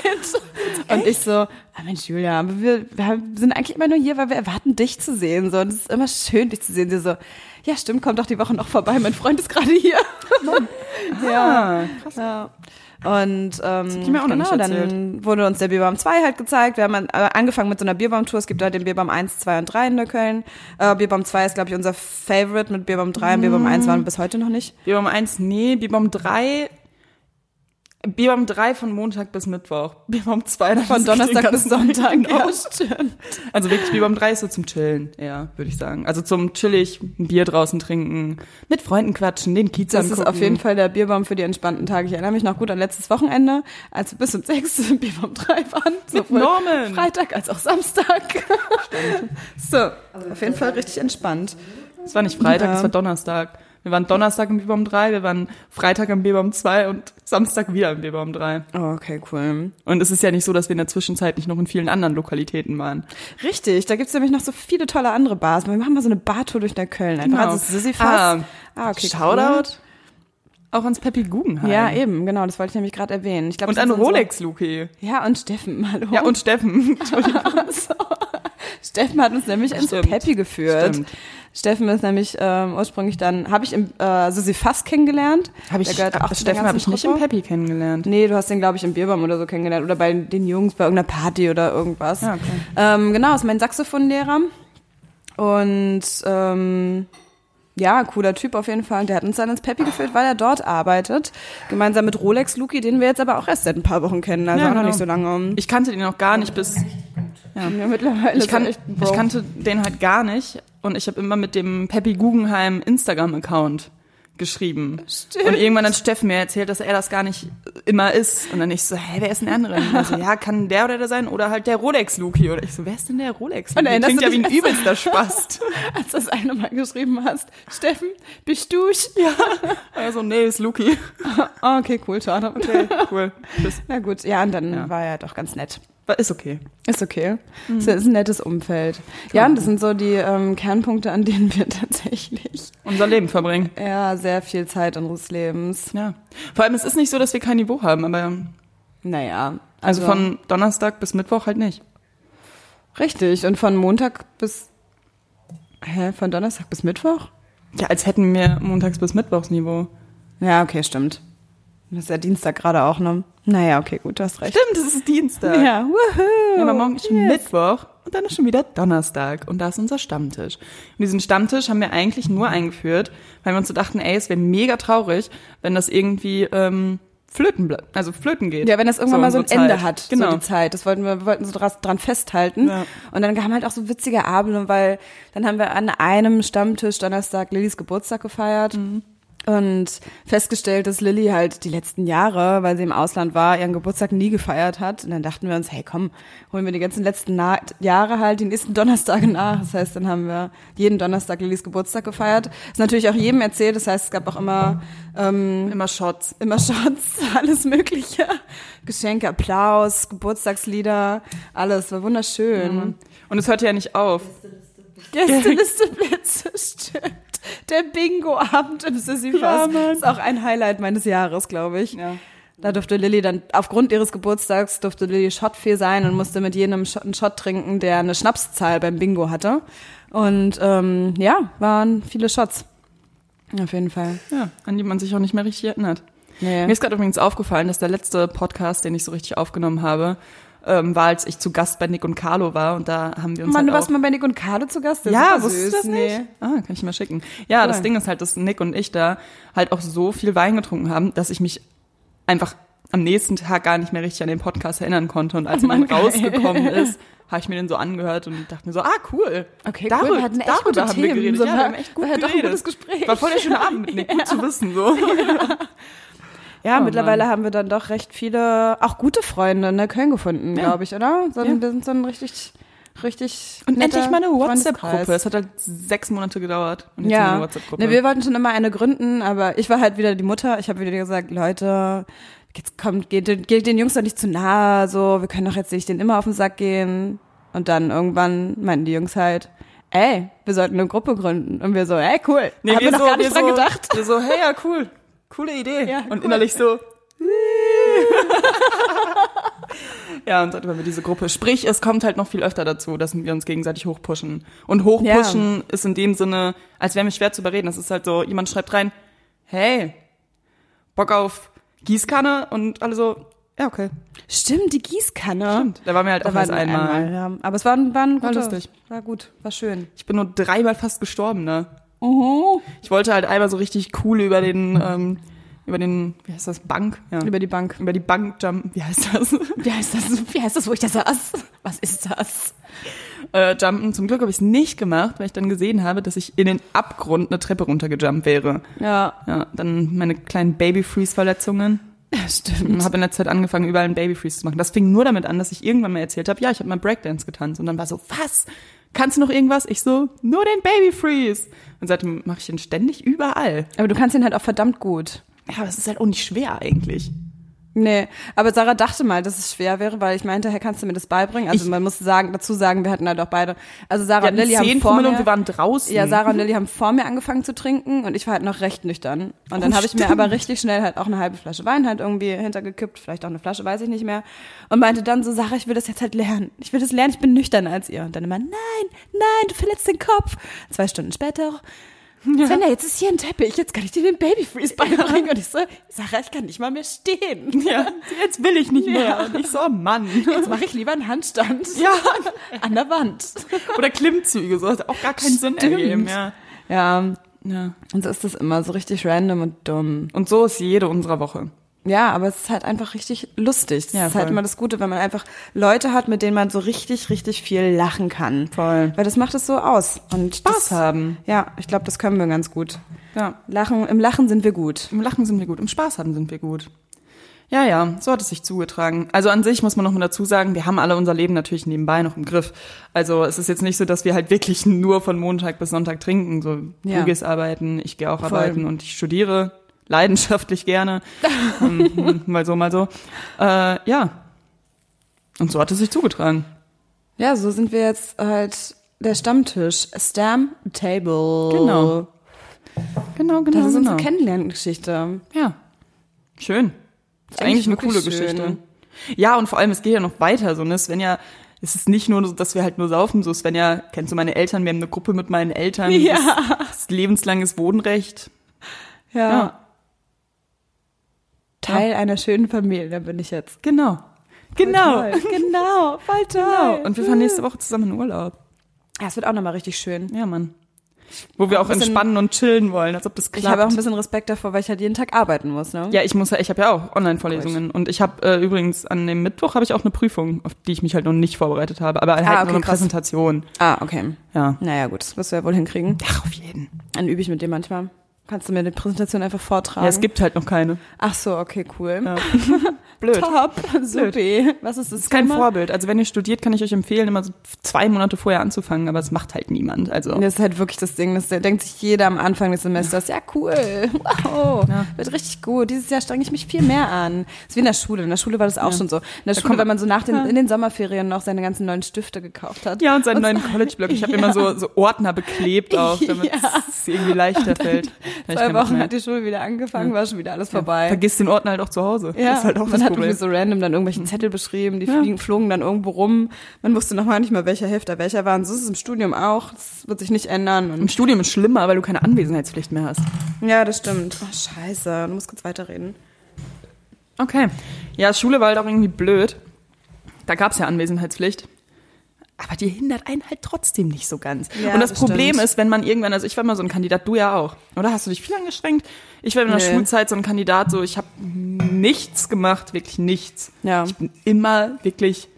Und ich so, ah Mensch, Julia, aber wir, wir haben- sind eigentlich immer nur hier, weil wir erwarten, dich zu sehen. So, und es ist immer schön, dich zu sehen. Sie so, ja, stimmt, komm doch die Woche noch vorbei. Mein Freund ist gerade hier. Ah. ja, krass. Ja. Und ähm, ich mir auch noch genau, nicht dann erzählt. wurde uns der Bierbaum 2 halt gezeigt. Wir haben an, äh, angefangen mit so einer Bierbaum-Tour. Es gibt da den Bierbaum 1, 2 und 3 in Neukölln. Äh, Bierbaum 2 ist, glaube ich, unser Favorite. Mit Bierbaum 3 und Bierbaum 1 waren wir bis heute noch nicht. Bibom 1, nee, Bibom 3. Bibom 3 von Montag bis Mittwoch. Bibom 2 dann Von ist den Donnerstag bis ganzen Sonntag. Tag, Ja. Oh, stimmt. Also wirklich Bibom 3 ist so zum Chillen, ja, würde ich sagen. Also zum chillig ein Bier draußen trinken, mit Freunden quatschen, den Kiez Das angucken. ist auf jeden Fall der Bierbaum für die entspannten Tage. Ich erinnere mich noch gut an letztes Wochenende, als wir bis um sechs im Bierbaum 3 waren. Sowohl Norman. Freitag als auch Samstag. so, auf jeden Fall richtig entspannt. Es war nicht Freitag, Ja. es war Donnerstag. Wir waren Donnerstag im Bibom 3, wir waren Freitag im Bibom 2 und Samstag wieder im Bibom 3. Oh, okay, cool. Und es ist ja nicht so, dass wir in der Zwischenzeit nicht noch in vielen anderen Lokalitäten waren. Richtig, da gibt's nämlich noch so viele tolle andere Bars. Wir machen mal so eine Bartour durch Neukölln. Einfach Genau. also Sisyphus. Ah, Ah, okay, Shoutout auch ans Peppi Guggenheim. Cool. Ja, eben, genau, das wollte ich nämlich gerade erwähnen. Ich glaub, Und das an ist unsere- Rolex-Luki. Ja, und Steffen, hallo. Ja, und Steffen. Steffen hat uns nämlich ins Stimmt. Peppi geführt. Stimmt. Steffen ist nämlich ähm, ursprünglich dann, habe ich im äh, Sisyphus kennengelernt. Der gehört auch zu der Steffen ganzen habe ich nicht im Truppe. Peppi kennengelernt. Nee, du hast den, glaube ich, im Bierbaum oder so kennengelernt oder bei den Jungs bei irgendeiner Party oder irgendwas. Ja, okay. ähm, genau, ist mein Saxophonlehrer. Und ähm, ja, cooler Typ auf jeden Fall. Und der hat uns dann ins Peppi geführt, weil er dort arbeitet. Gemeinsam mit Rolex Luki, den wir jetzt aber auch erst seit ein paar Wochen kennen. Also Ja, auch noch genau. nicht so lange. Ich kannte den noch gar nicht bis... ja, mittlerweile Ich, kann, ist er echt ich broke. kannte den halt gar nicht. Und ich habe immer mit dem Peppi Guggenheim Instagram-Account geschrieben. Stimmt. Und irgendwann hat Steffen mir erzählt, dass er das gar nicht immer ist. Und dann ich so, hä, wer ist denn der andere? Und er so, ja, kann der oder der sein? Oder halt der Rolex-Luki. Oder ich so, wer ist denn der Rolex-Luki? Und erinnerst Klingt du ja wie ein dich- übelster Spast. als du das eine Mal geschrieben hast, Steffen, bist du's? Also, nee, ist Luki. Ja. Okay, cool, schade. Okay, cool. Tschüss. Na gut, ja, und dann Ja. war er doch ganz nett. Aber Ist okay. Ist okay. Mhm. Es ist ein nettes Umfeld. Ja, und das sind so die ähm, Kernpunkte, an denen wir tatsächlich Unser Leben verbringen. ja, sehr viel Zeit unseres Lebens. Ja. Vor allem, es ist nicht so, dass wir kein Niveau haben, aber Naja. also von Donnerstag bis Mittwoch halt nicht. Richtig. Und von Montag bis. Hä? Von Donnerstag bis Mittwoch? Ja, als hätten wir montags bis mittwochs Niveau. Ja, okay, stimmt. Das ist ja Dienstag gerade auch, ne? Naja, okay, gut, du hast recht. Stimmt, es ist Dienstag. Ja. Ja, woohoo. aber morgen ist schon Mittwoch und dann ist schon wieder Donnerstag und da ist unser Stammtisch. Und diesen Stammtisch haben wir eigentlich nur eingeführt, weil wir uns so dachten, ey, es wäre mega traurig, wenn das irgendwie ähm, flöten bleibt, also flöten geht. Ja, wenn das irgendwann mal so ein unsere Ende Zeit. hat, Genau. so die Zeit. Das wollten wir, wir wollten so dras- dran festhalten. Ja. Und dann kamen halt auch so witzige Abende, weil dann haben wir an einem Stammtisch Donnerstag Lillys Geburtstag gefeiert. Mhm. Und festgestellt, dass Lilly halt die letzten Jahre, weil sie im Ausland war, ihren Geburtstag nie gefeiert hat. Und dann dachten wir uns, hey komm, holen wir die ganzen letzten Na Jahre halt die nächsten Donnerstage nach. Das heißt, dann haben wir jeden Donnerstag Lillys Geburtstag gefeiert. Ist natürlich auch jedem erzählt. Das heißt, es gab auch immer ähm, Immer Shots. immer Shots, alles Mögliche. Geschenke, Applaus, Geburtstagslieder, alles war wunderschön. Und es hört ja nicht auf. Gästeliste Plätze, stimmt. Der Bingo-Abend im Sisyphus Ja, Mann. ist auch ein Highlight meines Jahres, glaube ich. Ja. Da durfte Lilly dann, aufgrund ihres Geburtstags, durfte Lilly Schottfee sein und musste mit jedem Sch- einen Schott trinken, der eine Schnapszahl beim Bingo hatte. Und ähm, ja, waren viele Shots. Auf jeden Fall. Ja, an die man sich auch nicht mehr richtig erinnert. Nee. Mir ist gerade übrigens aufgefallen, dass der letzte Podcast, den ich so richtig aufgenommen habe, ähm, war, als ich zu Gast bei Nick und Carlo war und da haben wir uns Mann, du halt warst auch mal bei Nick und Carlo zu Gast. der ja, super wusstest du süß. das nicht? Nee. Ah, kann ich mal schicken. Ja, das Cool. Ding ist halt, dass Nick und ich da halt auch so viel Wein getrunken haben, dass ich mich einfach am nächsten Tag gar nicht mehr richtig an den Podcast erinnern konnte. Und als er dann rausgekommen ist, habe ich mir den so angehört und dachte mir so, ah, cool. Okay, Darüber- cool, wir hatten echt gute darüber haben wir Themen. geredet. So, ja, wir war- haben echt gut war ja doch ein geredet. gutes Gespräch. War voll der schöne Abend mit Nick, gut zu wissen. so. Ja, Oh, mittlerweile haben wir dann doch recht viele, auch gute Freunde in Neukölln gefunden, Ja. glaube ich, oder? So, Ja. Wir sind so ein richtig, richtig. Und netter endlich mal eine WhatsApp-Gruppe. Freundeskreis. Es hat halt sechs Monate gedauert. Und jetzt haben wir eine Ja, WhatsApp-Gruppe. ne, wir wollten schon immer eine gründen, aber ich war halt wieder die Mutter. Ich habe wieder gesagt, Leute, jetzt kommt, geht, den- geht den Jungs doch nicht zu nahe, so, wir können doch jetzt nicht den immer auf den Sack gehen. Und dann irgendwann meinten die Jungs halt, ey, wir sollten eine Gruppe gründen. Und wir so, ey, cool. Nee, Haben wir noch gar nicht dran so, gedacht. Wir so, hey, ja, cool. Coole Idee. Ja, und cool. innerlich so. ja, und dann haben wir diese Gruppe. Sprich, es kommt halt noch viel öfter dazu, dass wir uns gegenseitig hochpushen. Und hochpushen ist in dem Sinne, als wäre mir schwer zu überreden. Es ist halt so, jemand schreibt rein, hey, Bock auf Gießkanne und alle so, ja, okay. Stimmt, die Gießkanne. Stimmt. Da waren wir halt Da auch erst waren wir einmal. ja. Aber es war, ein- war, ein War guter- lustig. War gut, war schön. Ich bin nur dreimal fast gestorben, ne? Ich wollte halt einmal so richtig cool über den, ähm, über den, wie heißt das, Bank? Ja. Über die Bank. über die Bank jumpen, wie heißt das? Wie heißt das, wie heißt das wo ich da saß? Was ist das? äh, jumpen. Zum Glück habe ich es nicht gemacht, weil ich dann gesehen habe, dass ich in den Abgrund eine Treppe runtergejumpt wäre. Ja, Ja, dann meine kleinen Babyfreeze-Verletzungen. stimmt. Und habe in der Zeit angefangen, überall einen Babyfreeze zu machen. Das fing nur damit an, dass ich irgendwann mal erzählt habe, ja, ich habe mal Breakdance getanzt. Und dann war so, was? Kannst du noch irgendwas? Ich so, nur den Babyfreeze. Und seitdem mache ich den ständig überall. Aber du kannst ihn halt auch verdammt gut. Ja, aber es ist halt auch nicht schwer eigentlich. Nee, aber Sarah dachte mal, dass es schwer wäre, weil ich meinte, Herr, kannst du mir das beibringen? Also Ich- man muss sagen, dazu sagen, wir hatten halt auch beide. Also Sarah Wir und hatten Lilly haben zehn vor Promille mir, und wir waren draußen. Ja, Sarah und Lilly haben vor mir angefangen zu trinken und ich war halt noch recht nüchtern. Und dann Oh, habe ich mir stimmt. aber richtig schnell halt auch eine halbe Flasche Wein halt irgendwie hintergekippt, vielleicht auch eine Flasche, weiß ich nicht mehr. Und meinte dann so, Sarah, ich will das jetzt halt lernen. Ich will das lernen, ich bin nüchterner als ihr. Und dann immer, nein, nein, du verletzt den Kopf. Zwei Stunden später, Svenja, jetzt ist hier ein Teppich, jetzt kann ich dir den Babyfreeze beibringen. Und ich so, Sarah, ich kann nicht mal mehr stehen. Ja, jetzt will ich nicht mehr. Ja. Und ich so, oh Mann. Jetzt mache ich lieber einen Handstand Ja. an der Wand. Oder Klimmzüge, so hat auch gar keinen Sinn Stimmt. ergeben. Ja. Ja, ja. und so ist das immer so richtig random und dumm. Und so ist jede unserer Woche. Ja, aber es ist halt einfach richtig lustig. Das Ja, ist halt voll. immer das Gute, wenn man einfach Leute hat, mit denen man so richtig, richtig viel lachen kann. Voll. Weil das macht es so aus. Und Spaß das, haben. Ja, ich glaube, das können wir ganz gut. Ja. Lachen, im Lachen sind wir gut. Im Lachen sind wir gut, im Spaß haben sind wir gut. Ja, ja, so hat es sich zugetragen. Also an sich muss man noch mal dazu sagen, wir haben alle unser Leben natürlich nebenbei noch im Griff. Also es ist jetzt nicht so, dass wir halt wirklich nur von Montag bis Sonntag trinken. So Ja. ja. Hüges arbeiten, ich gehe auch Voll. arbeiten und ich studiere leidenschaftlich gerne. Mhm, mal so, mal so. Äh, ja. Und so hat es sich zugetragen. Ja, so sind wir jetzt halt der Stammtisch. Stam Table. Genau. Genau, genau. Das ist genau. unsere Kennenlerngeschichte. Ja. Schön. Ist eigentlich eigentlich, eine wirklich coole schön. Geschichte. Ja, und vor allem, es geht ja noch weiter, so, ne? Svenja, es ist nicht nur, so, dass wir halt nur saufen, so, Svenja, kennst du meine Eltern? Wir haben eine Gruppe mit meinen Eltern. Ja. Das, das lebenslanges Wohnrecht. Ja. Ja. Teil einer schönen Familie, da bin ich jetzt. Genau. Genau. Voll toll. genau, voll toll. Genau. Und wir fahren nächste Woche zusammen in Urlaub. Ja, es wird auch nochmal richtig schön. Ja, Mann. Wo wir auch bisschen- entspannen und chillen wollen, als ob das klappt. Ich habe auch ein bisschen Respekt davor, weil ich halt jeden Tag arbeiten muss, ne? ja, ich muss ja, ich habe ja auch Oh Online-Vorlesungen und ich habe äh, übrigens an dem Mittwoch habe ich auch eine Prüfung, auf die ich mich halt noch nicht vorbereitet habe, aber halt Ah, okay, nur eine krass. Präsentation. Ah, okay. Ja. Naja, gut, das wirst du ja wohl hinkriegen. Ach, auf jeden. Dann übe ich mit dir manchmal. Kannst du mir eine Präsentation einfach vortragen? Ja, es gibt halt noch keine. Ach so, okay, cool. Ah, Ja. Blöd. Top, supi. Was ist das? Das ist kein Thema? Vorbild. Also wenn ihr studiert, kann ich euch empfehlen, immer so zwei Monate vorher anzufangen, aber es macht halt niemand. Also Das ist halt wirklich das Ding, das denkt sich jeder am Anfang des Semesters, ja cool, wow, wird richtig gut. Dieses Jahr strenge ich mich viel mehr an. ist wie in der Schule, in der Schule war das auch schon so. In der Schule, kommt- wenn man so nach den, in den Sommerferien noch seine ganzen neuen Stifte gekauft hat. ja, und seinen neuen College-Blog. Ich habe immer so, so Ordner beklebt auch, damit Ja. es irgendwie leichter fällt. Ja, ich Zwei kann auch Wochen mehr. hat die Schule wieder angefangen, war schon wieder alles vorbei. Vergiss den Ordner halt auch zu Hause. Ja, das ist halt auch man hat das Problem. Mhm. irgendwie so random dann irgendwelche Zettel beschrieben, die fliegen, flogen dann irgendwo rum. Man wusste noch mal nicht mal, welcher Hefter welcher war. Und so ist es im Studium auch. Das wird sich nicht ändern. Im Und Studium ist schlimmer, weil du keine Anwesenheitspflicht mehr hast. ja, das stimmt. Oh, scheiße, du musst kurz weiterreden. Okay. Ja, Schule war halt auch irgendwie blöd. Da gab's ja Anwesenheitspflicht. Aber die hindert einen halt trotzdem nicht so ganz. Ja, und das, das Problem stimmt. ist, wenn man irgendwann, also ich war mal so ein Kandidat, du ja auch, oder? Hast du dich viel angeschränkt? Ich war in der Nee. Schulzeit so ein Kandidat, so ich habe nichts gemacht, wirklich nichts. Ja. Ich bin immer wirklich,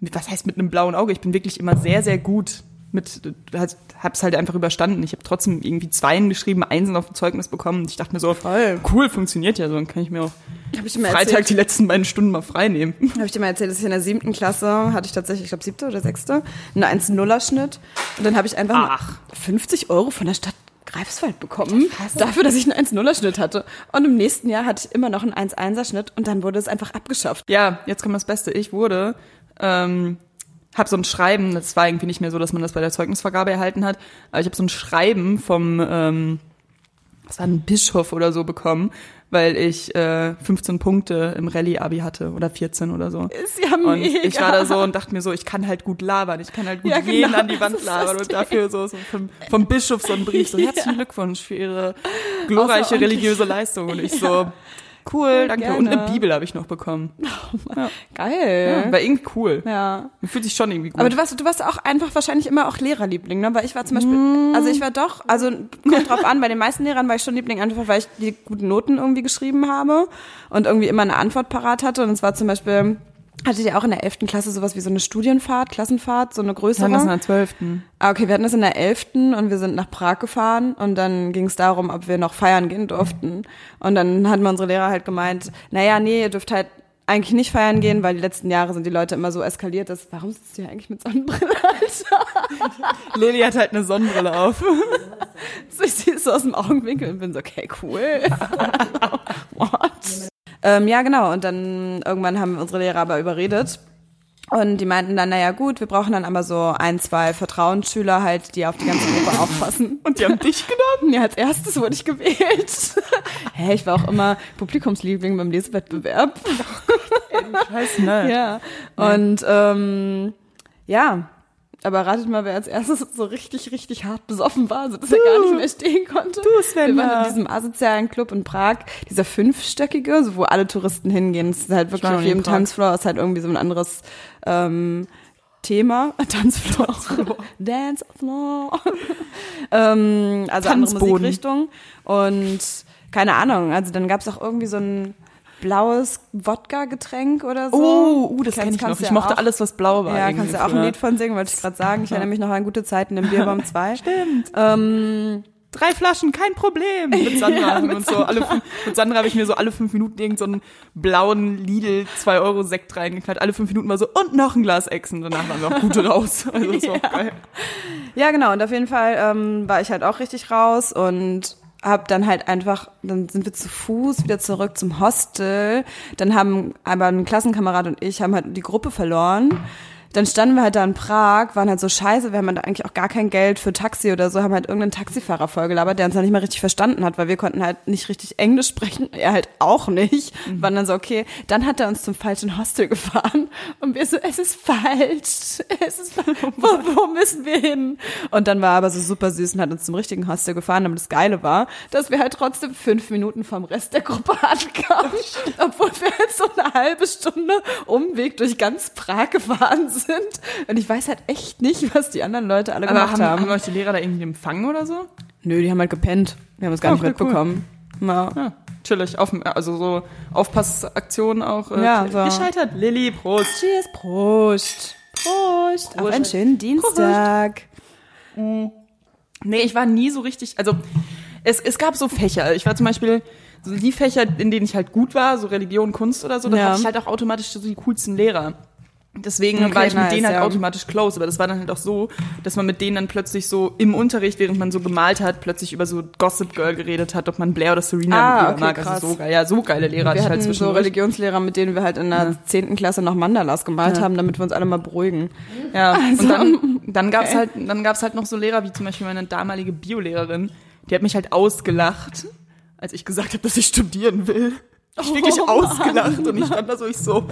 mit- was heißt mit einem blauen Auge? Ich bin wirklich immer sehr, sehr gut mit, halt- hab's halt einfach überstanden. Ich habe trotzdem irgendwie Zweien geschrieben, Einsen auf dem Zeugnis bekommen. Ich dachte mir so, Voll. cool, funktioniert ja so, dann kann ich mir auch Habe ich, dir mal Freitag erzählt- die letzten beiden Stunden mal frei nehmen. hab ich dir mal erzählt, dass ich in der siebten Klasse hatte ich tatsächlich, ich glaube siebte oder sechste, einen 1-0er-Schnitt. Und dann habe ich einfach mal Ach. 50 Euro von der Stadt Greifswald bekommen, dafür, dass ich einen 1-0er-Schnitt hatte. Und im nächsten Jahr hatte ich immer noch einen 1-1er-Schnitt und dann wurde es einfach abgeschafft. Ja, jetzt kommt das Beste. Ich wurde ähm, habe so ein Schreiben, das war irgendwie nicht mehr so, dass man das bei der Zeugnisvergabe erhalten hat, aber ich habe so ein Schreiben vom, ähm, was war ein Bischof oder so bekommen, weil ich äh, 15 Punkte im Rallye-Abi hatte oder 14 oder so. Ist ja Und mega. ich war da so und dachte mir so, ich kann halt gut labern, ich kann halt gut Ja, jeden genau, an die das Wand ist das labern und dafür so, so vom, vom Bischof so ein Brief, so herzlichen Glückwunsch für Ihre glorreiche Außerordentlich. religiöse Leistung und ich so, cool, danke. Und eine gerne. Oh Bibel habe ich noch bekommen. Geil. War irgendwie cool. ja. Fühlt sich schon irgendwie gut. Aber du warst, du warst auch einfach wahrscheinlich immer auch Lehrerliebling, ne? Weil ich war zum Beispiel, Mm. also ich war doch, also kommt drauf an, bei den meisten Lehrern war ich schon Liebling, einfach weil ich die guten Noten irgendwie geschrieben habe und irgendwie immer eine Antwort parat hatte. Und es war zum Beispiel, hattet ihr auch in der 11. Klasse sowas wie so eine Studienfahrt, Klassenfahrt, so eine größere? Dann das in der 12. Ah, Okay, wir hatten das in der 11. und wir sind nach Prag gefahren und dann ging es darum, ob wir noch feiern gehen durften. Und dann hatten wir unsere Lehrer halt gemeint, naja, nee, ihr dürft halt eigentlich nicht feiern gehen, weil die letzten Jahre sind die Leute immer so eskaliert, dass, warum sitzt ihr eigentlich mit Sonnenbrille? Lilly hat halt eine Sonnenbrille auf. So, Ich sehe es so aus dem Augenwinkel und bin so, okay, cool. What? Ähm, ja, genau. Und dann irgendwann haben unsere Lehrer aber überredet. Und die meinten dann, naja gut, wir brauchen dann aber so ein, zwei Vertrauensschüler halt, die auf die ganze Gruppe aufpassen. Und die haben dich genommen. Ja, als erstes wurde ich gewählt. Hä, ich war auch immer Publikumsliebling beim Lesewettbewerb. Scheiße, ne? Ja. Und ähm, ja, aber ratet mal, wer als erstes so richtig, richtig hart besoffen war, sodass er gar nicht mehr stehen konnte. Du, Svenja. Wir waren in diesem asozialen Club in Prag, dieser fünfstöckige, so, wo alle Touristen hingehen. Es ist halt wirklich noch auf nie in jedem Prag. Tanzfloor ist halt irgendwie so ein anderes ähm, Thema. Tanzfloor. Dancefloor. ähm, also andere Tanzboden. Musikrichtung. Und keine Ahnung, also dann gab's auch irgendwie so ein blaues Wodka-Getränk oder so. Oh, uh, das Kennst- kenne ich noch. kannst du Ich ja mochte auch- alles, was blau war. Ja, irgendwie kannst du auch ein früher. Lied von singen, wollte ich gerade sagen. Ich erinnere mich noch an gute Zeiten im Bierbaum 2. Stimmt. Drei Flaschen, kein Problem. Mit Sandra haben wir uns so alle fünf, mit Sandra habe ich mir so alle fünf Minuten irgendeinen so einen blauen Lidl 2 Euro Sekt reingeknallt. Alle fünf Minuten mal so und noch ein Glas Echsen. Danach waren wir auch gute raus. Also das war auch geil. Ja, genau. Und auf jeden Fall ähm, war ich halt auch richtig raus und hab dann halt einfach, dann sind wir zu Fuß wieder zurück zum Hostel. Dann haben aber ein Klassenkamerad und ich haben halt die Gruppe verloren. Dann standen wir halt da in Prag, waren halt so scheiße, wir haben halt eigentlich auch gar kein Geld für Taxi oder so, haben halt irgendeinen Taxifahrer vollgelabert, der uns halt nicht mal richtig verstanden hat, weil wir konnten halt nicht richtig Englisch sprechen, er halt auch nicht. Mhm. Waren dann so, okay, dann hat er uns zum falschen Hostel gefahren und wir so, es ist falsch, es ist falsch. Oh Wo, wo müssen wir hin? Und dann war er aber so super süß und hat uns zum richtigen Hostel gefahren, aber das Geile war, dass wir halt trotzdem fünf Minuten vom Rest der Gruppe ankamen, obwohl wir jetzt so eine halbe Stunde Umweg durch ganz Prag gefahren sind. Und ich weiß halt echt nicht, was die anderen Leute alle Aber gemacht haben, haben. haben euch die Lehrer da irgendwie empfangen oder so? Nö, die haben halt gepennt. Wir haben es gar Oh, nicht okay, cool. mitbekommen. Ja. Ja, chillig. Auf, also so Aufpassaktionen auch. Äh, Ja, so. Gescheitert. Lilly, Prost. Cheers, Prost. Prost. Auf einen schönen Dienstag. Nee, ich war nie so richtig, also es, es gab so Fächer. Ich war zum Beispiel, so die Fächer, in denen ich halt gut war, so Religion, Kunst oder so, da Ja. hatte ich halt auch automatisch so die coolsten Lehrer. Deswegen Okay, war ich mit nice, denen halt ja. automatisch close, aber das war dann halt auch so, dass man mit denen dann plötzlich so im Unterricht, während man so gemalt hat, plötzlich über so Gossip Girl geredet hat, ob man Blair oder Serena Ah, lieber okay, mag. krass. Also so geil, ja, so geile Lehrer hatte Wir ich halt hatten so zwischendurch. Religionslehrer, mit denen wir halt in der zehnten Klasse noch Mandalas gemalt haben, damit wir uns alle mal beruhigen. Ja, und dann, dann gab's halt, dann gab's halt noch so Lehrer, wie zum Beispiel meine damalige Biolehrerin, die hat mich halt ausgelacht, als ich gesagt habe, dass ich studieren will. Ich wirklich ausgelacht und ich stand da so, ich so,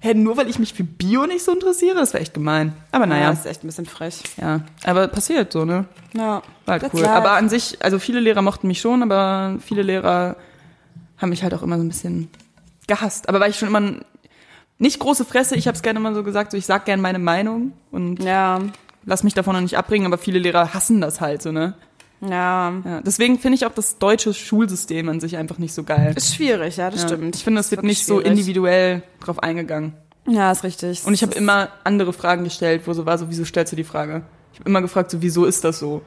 hä, nur weil ich mich für Bio nicht so interessiere, das wäre echt gemein. Aber Ja, naja, Ah, ist echt ein bisschen frech. ja, aber passiert so, ne? Ja, War halt That's cool. life. Aber an sich, also viele Lehrer mochten mich schon, aber viele Lehrer haben mich halt auch immer so ein bisschen gehasst. Aber weil ich schon immer n- nicht große Fresse, ich habe es gerne mal so gesagt, so ich sag gerne meine Meinung und ja, lass mich davon noch nicht abbringen, aber viele Lehrer hassen das halt so, ne? ja. Ja, deswegen finde ich auch das deutsche Schulsystem an sich einfach nicht so geil. Ist schwierig, ja, das Ja, stimmt. Ich finde, es Ist wird wirklich nicht so schwierig. individuell drauf eingegangen. Ja, ist richtig. Und ich habe Das- immer andere Fragen gestellt, wo so war, so wieso stellst du die Frage? Ich habe immer gefragt, so wieso ist das so? Und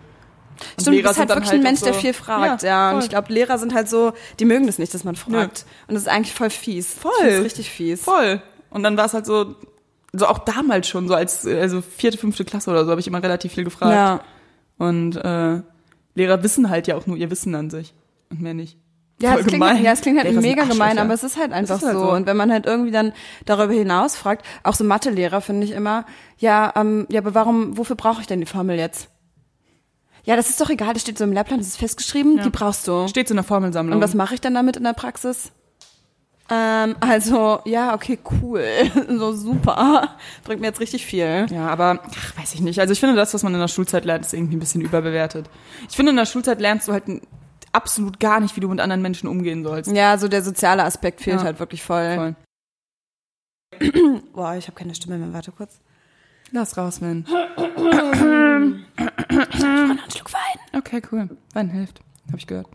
Stimmt, du Lehrer bist sind halt dann wirklich ein auch Mensch, der so- viel fragt, ja. Und voll. ich glaube, Lehrer sind halt so, die mögen das nicht, dass man fragt. Und das ist eigentlich voll fies. Voll. Das ist richtig fies. Voll. Und dann war es halt so, so auch damals schon, so als äh, also vierte, fünfte Klasse oder so, habe ich immer relativ viel gefragt. Ja. Und äh, Lehrer wissen halt ja auch nur ihr Wissen an sich und mehr nicht. Ja, Voll es klingt, gemein. halt- ja, es klingt halt Lehrer sind mega gemein, Arschlöcher. aber es ist halt einfach ist halt so. so. Und wenn man halt irgendwie dann darüber hinaus fragt, auch so Mathelehrer finde ich immer, ja, ähm, ja, aber warum, wofür brauche ich denn die Formel jetzt? Ja, das ist doch egal, das steht so im Lehrplan, das ist festgeschrieben, die brauchst du. Steht so in der Formelsammlung. Und was mache ich dann damit in der Praxis? Ähm, also, ja, okay, cool. So super. Bringt mir jetzt richtig viel. Ja, aber ach, weiß ich nicht. Also ich finde das, was man in der Schulzeit lernt, ist irgendwie ein bisschen überbewertet. Ich finde, in der Schulzeit lernst du halt n- absolut gar nicht, wie du mit anderen Menschen umgehen sollst. Ja, so der soziale Aspekt fehlt Ja. halt wirklich voll. Voll. Boah, ich habe keine Stimme mehr. Warte kurz. Lass raus, man. Einen Schluck Wein. Okay, cool. Wein hilft. Hab ich gehört.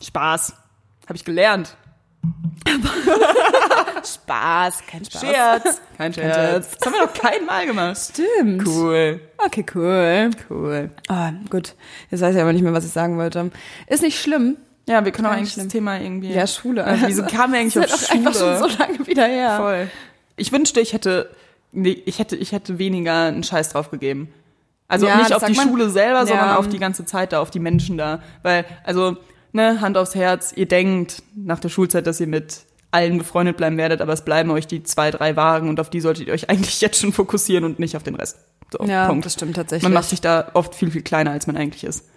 Spaß. Hab ich gelernt. Spaß, kein Spaß. Scherz. Kein Scherz. Scherz. Das haben wir noch kein Mal gemacht. Stimmt. Cool. Okay, cool. Cool. Ah, gut. Jetzt weiß ich aber nicht mehr, was ich sagen wollte. Ist nicht schlimm. Ja, wir können auch Gar nicht eigentlich schlimm. das Thema irgendwie. Ja, Schule. Also, wieso kamen wir eigentlich Das auf ist halt auch Schule? einfach schon so lange wieder her. Voll. Ich wünschte, ich hätte, nee, ich hätte, ich hätte weniger einen Scheiß drauf gegeben. Also Ja, nicht das auf die sagt man- Schule selber, Ja. sondern auf die ganze Zeit da, auf die Menschen da. Weil, also, ne, Hand aufs Herz, ihr denkt nach der Schulzeit, dass ihr mit allen befreundet bleiben werdet, aber es bleiben euch die zwei, drei Wagen und auf die solltet ihr euch eigentlich jetzt schon fokussieren und nicht auf den Rest. So, Ja, Oh, Punkt. das stimmt tatsächlich. Man macht sich da oft viel, viel kleiner, als man eigentlich ist.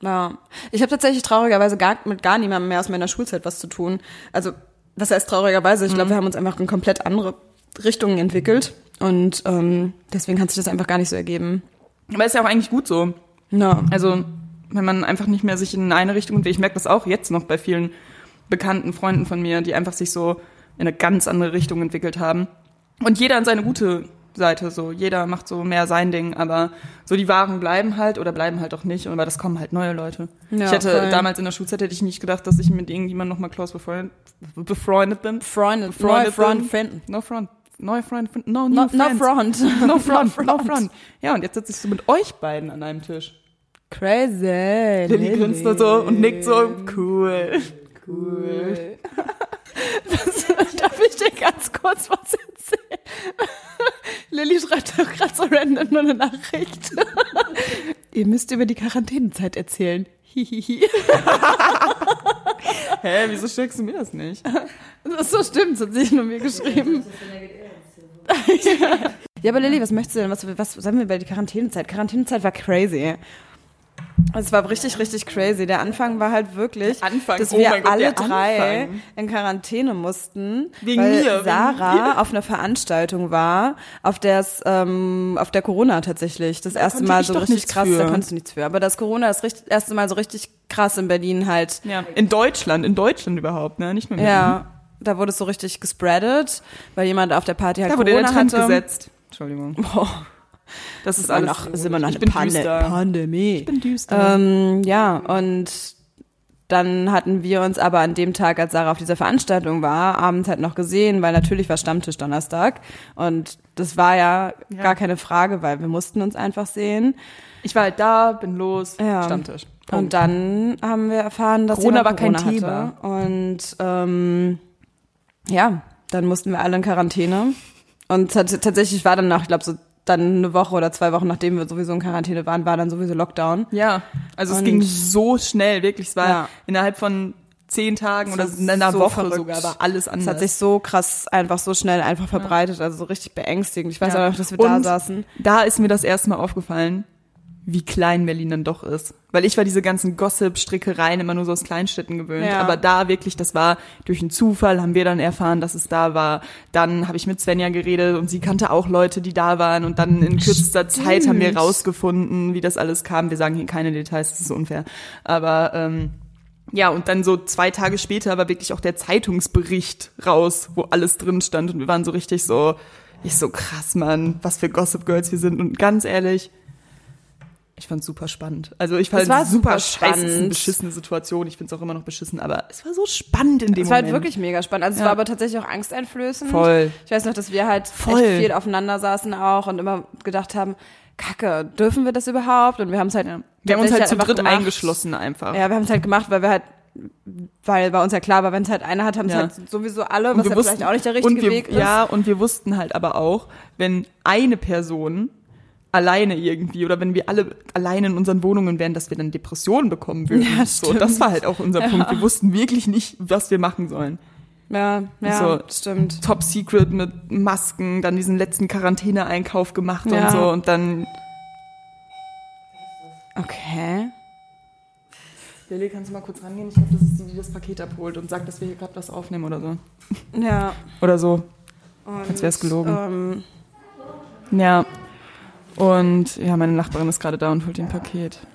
Ja. Ich habe tatsächlich traurigerweise gar, mit gar niemandem mehr aus meiner Schulzeit was zu tun. Also, was heißt traurigerweise? Mhm. Ich glaube, wir haben uns einfach in komplett andere Richtungen entwickelt. Und ähm, deswegen hat sich das einfach gar nicht so ergeben. Aber ist ja auch eigentlich gut so. No. Also, wenn man einfach nicht mehr sich in eine Richtung entwickelt. Ich merke das auch jetzt noch bei vielen bekannten Freunden von mir, die einfach sich so in eine ganz andere Richtung entwickelt haben. Und jeder an seine gute Seite, so. Jeder macht so mehr sein Ding, aber so die Waren bleiben halt oder bleiben halt auch nicht. Aber das kommen halt neue Leute. Ja, ich hätte voll. damals in der Schulzeit hätte ich nicht gedacht, dass ich mit irgendjemandem nochmal close befreundet, befreundet bin. Freundin, Freunde neue Freund, bin. Friend. No front. Neue Freund, No, no, no, no friends. front. No front, no front. Ja, und jetzt sitze ich so mit euch beiden an einem Tisch. Crazy. Lilly grinst nur so und nickt so, cool. Cool. darf ich dir ganz kurz was erzählen? Lilly schreibt doch gerade so random nur eine Nachricht. Ihr müsst über die Quarantänezeit erzählen. Hihihi. Hä, wieso schickst du mir das nicht? Das ist so stimmt, das hat sie nur mir geschrieben. ja, aber Lilly, was möchtest du denn? Was, was sagen wir über die Quarantänezeit? Quarantänezeit war crazy. Es war richtig, richtig crazy. Der Anfang war halt wirklich, Der Anfang, dass oh wir mein Gott, alle der drei Anfang. in Quarantäne mussten, Wegen weil mir, wegen Sarah auf einer Veranstaltung war, auf der es, ähm, auf der Corona tatsächlich das erste konnte Mal ich so doch richtig nichts krass, für. da konntest du nichts für. Aber das Corona das richt- erste Mal so richtig krass in Berlin halt Ja. In Deutschland, in Deutschland überhaupt, ne? Nicht mehr mit ja, da wurde es so richtig gespreadet, weil jemand auf der Party halt Da wurde der Corona Trend hatte. gesetzt. Entschuldigung. Das ähm, ist alles. Noch, sind wir noch ich eine bin Pande- düster. Pandemie. Ich bin düster. ähm, ja, und dann hatten wir uns aber an dem Tag, als Sarah auf dieser Veranstaltung war, abends halt noch gesehen, weil natürlich war Stammtisch Donnerstag. Und das war ja, gar keine Frage, weil wir mussten uns einfach sehen. Ich war halt da, bin los, Ja. Stammtisch. Und dann haben wir erfahren, dass Corona jemand war kein Corona hatte. Und ähm, ja, dann mussten wir alle in Quarantäne. Und tats- tatsächlich war dann nach, ich glaube, so dann eine Woche oder zwei Wochen, nachdem wir sowieso in Quarantäne waren, war dann sowieso Lockdown. Ja, also es Und- ging so schnell, wirklich. Es war Ja. innerhalb von zehn Tagen Es oder war in einer so Woche verrückt. sogar, war alles Es anders. hat sich so krass einfach so schnell einfach verbreitet, also so richtig beängstigend. Ich weiß Ja. auch noch, dass wir Und da saßen. Da ist mir das erste Mal aufgefallen, wie klein Berlin dann doch ist. Weil ich war diese ganzen Gossip-Strickereien immer nur so aus Kleinstädten gewöhnt. Ja. Aber da wirklich, das war durch einen Zufall, haben wir dann erfahren, dass es da war. Dann habe ich mit Svenja geredet und sie kannte auch Leute, die da waren. Und dann in kürzester Zeit haben wir rausgefunden, wie das alles kam. Wir sagen hier keine Details, das ist unfair. Aber ähm, ja, und dann so zwei Tage später war wirklich auch der Zeitungsbericht raus, wo alles drin stand. Und wir waren so richtig so, ich so krass, Mann, was für Gossip Girls wir sind. Und ganz ehrlich, ich fand's super spannend. Also ich fand Es war super scheiße, es ist eine spannend. beschissene Situation. Ich find's auch immer noch beschissen, aber es war so spannend in dem Es war Moment. halt wirklich mega spannend. Also es Ja. war aber tatsächlich auch angsteinflößend. Voll. Ich weiß noch, dass wir halt Voll. echt viel aufeinander saßen auch und immer gedacht haben, Kacke, dürfen wir das überhaupt? Und wir haben es halt, wir haben uns halt zu tatsächlich dritt einfach gemacht. eingeschlossen einfach. Ja, wir haben es halt gemacht, weil wir halt, weil bei uns ja klar war, wenn es halt einer hat, haben es Ja. halt sowieso alle, was wir halt vielleicht auch nicht der richtige und wir, Weg ist. Ja, und wir wussten halt aber auch, wenn eine Person alleine irgendwie oder wenn wir alle alleine in unseren Wohnungen wären, dass wir dann Depressionen bekommen würden. Ja, so, stimmt. das war halt auch unser Ja. Punkt. Wir wussten wirklich nicht, was wir machen sollen. Ja, ja, So. stimmt. Top Secret mit Masken, dann diesen letzten Quarantäne-Einkauf gemacht Ja. und so und dann. Okay. Lilly, kannst du mal kurz rangehen? Ich hoffe, das ist die, die das Paket abholt und sagt, dass wir hier gerade was aufnehmen oder so. Ja. Oder so. Und, Als wär's gelogen. Ähm, Ja. Und ja, meine Nachbarin ist gerade da und holt ihr ein Paket.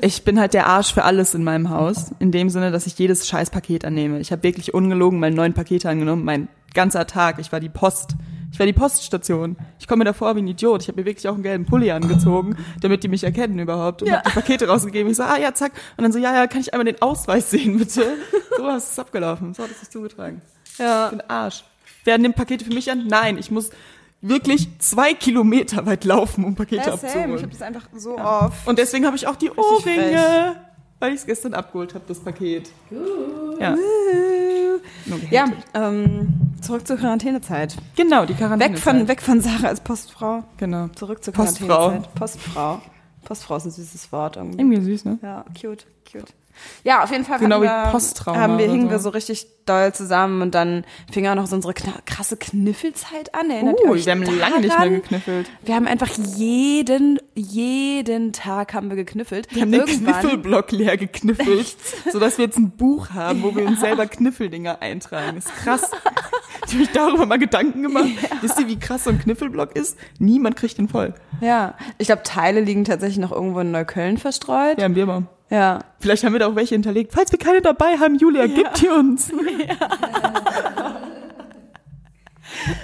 Ich bin halt der Arsch für alles in meinem Haus, in dem Sinne, dass ich jedes scheiß Paket annehme. Ich habe wirklich ungelogen meine neun Pakete angenommen, mein ganzer Tag. Ich war die Post. Ich war die Poststation. Ich komme mir davor wie ein Idiot. Ich habe mir wirklich auch einen gelben Pulli angezogen, damit die mich erkennen überhaupt. Und hab die Pakete rausgegeben. Ich so, ah ja, zack. Und dann so, ja, ja, kann ich einmal den Ausweis sehen, bitte? So was ist abgelaufen. So hat es sich zugetragen. Ich ja. bin Arsch. Werden denn Pakete für mich an? Nein, ich muss wirklich zwei Kilometer weit laufen, um Pakete Ja, same. Ich habe abzuholen. das einfach so oft. Und deswegen habe ich auch die Ohrringe, weil ich es gestern abgeholt habe, das Paket. Ja. Nur gehatet. Ja, ähm, zurück zur Quarantänezeit. genau, die Quarantäne. Weg von, weg von Sarah als Postfrau. Genau. Zurück zur Postfrau. Quarantänezeit. Postfrau. Postfrau ist ein süßes Wort irgendwie. Irgendwie süß, ne? Ja, cute, cute. Ja, auf jeden Fall Genau hatten wie wir, Posttrauma haben wir, oder hingen so. wir so richtig doll zusammen und dann fing auch noch so unsere kna- krasse Kniffelzeit an. Erinnert ihr Uh, euch wir haben daran? lange nicht mehr gekniffelt. Wir haben einfach jeden, jeden Tag haben wir gekniffelt. Wir haben den Kniffelblock leer gekniffelt, sodass wir jetzt ein Buch haben, wo wir uns selber Kniffeldinger eintragen. Ist krass. Ich habe mich darüber mal Gedanken gemacht. Wisst ihr, wie krass so ein Kniffelblock ist? Niemand kriegt den voll. Ja, ich glaube, Teile liegen tatsächlich noch irgendwo in Neukölln verstreut. Ja, im Bierbaum. Ja. Vielleicht haben wir da auch welche hinterlegt. Falls wir keine dabei haben, Julia, gib die uns.